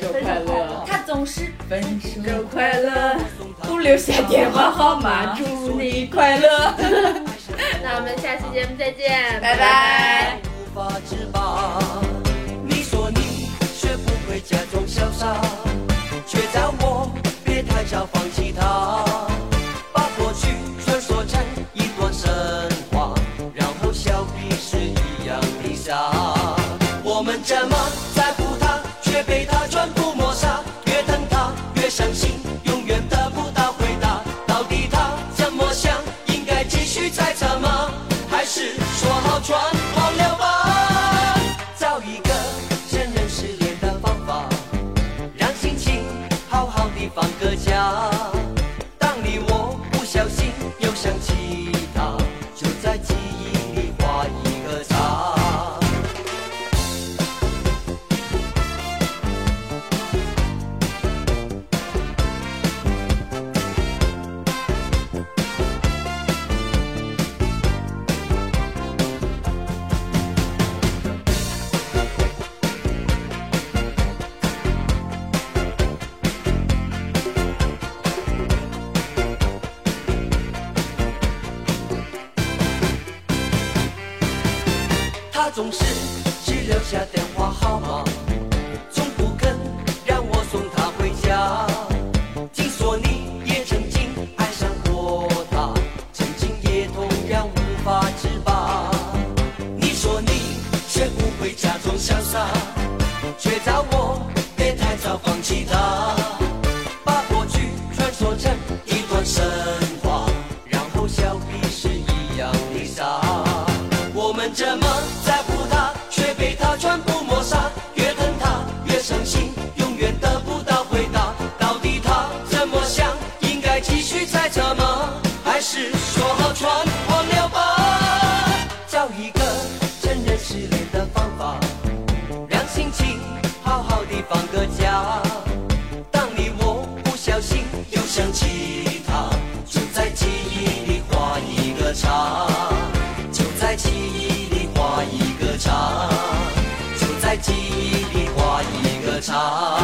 E: 手快乐，
B: 他总是分手
C: 快乐。
B: 不留下电 话号码，祝你快乐，
C: 那我们下期节目再见，
B: 拜拜。
H: 无法自拔。你说你学不会假装潇洒，却叫我别太早放弃他。把过去穿梭成一段神话，然后像彼时一样地傻。我们这么在乎他，却被他全部抹杀。越疼他越伤心，永远得不到回答。到底他怎么想？应该继续猜测吗？还是说好全忘了吧？找一个承认失恋的方法，让心情好好的放个假。当你我不小心又想起他，就在记忆里画一个叉。他总是只留下电话号码，从不肯让我送他回家。听说你也曾经爱上过他，曾经也同样无法自拔。你说你学不会假装潇洒，却叫我别太早放弃他。把过去穿梭成一段神话，然后像彼时一样的傻。我们这么在乎他，却被他全部抹杀。越疼他越伤心，永远得不到回答。到底他怎么想？应该继续猜测吗？还
K: 开始说好穿黄了吧，找一个承认失恋的方法，让心情好好的放个假。当你我不小心又想起他，就在记忆里画一个叉，就在记忆里画一个叉，就在记忆里画一个叉。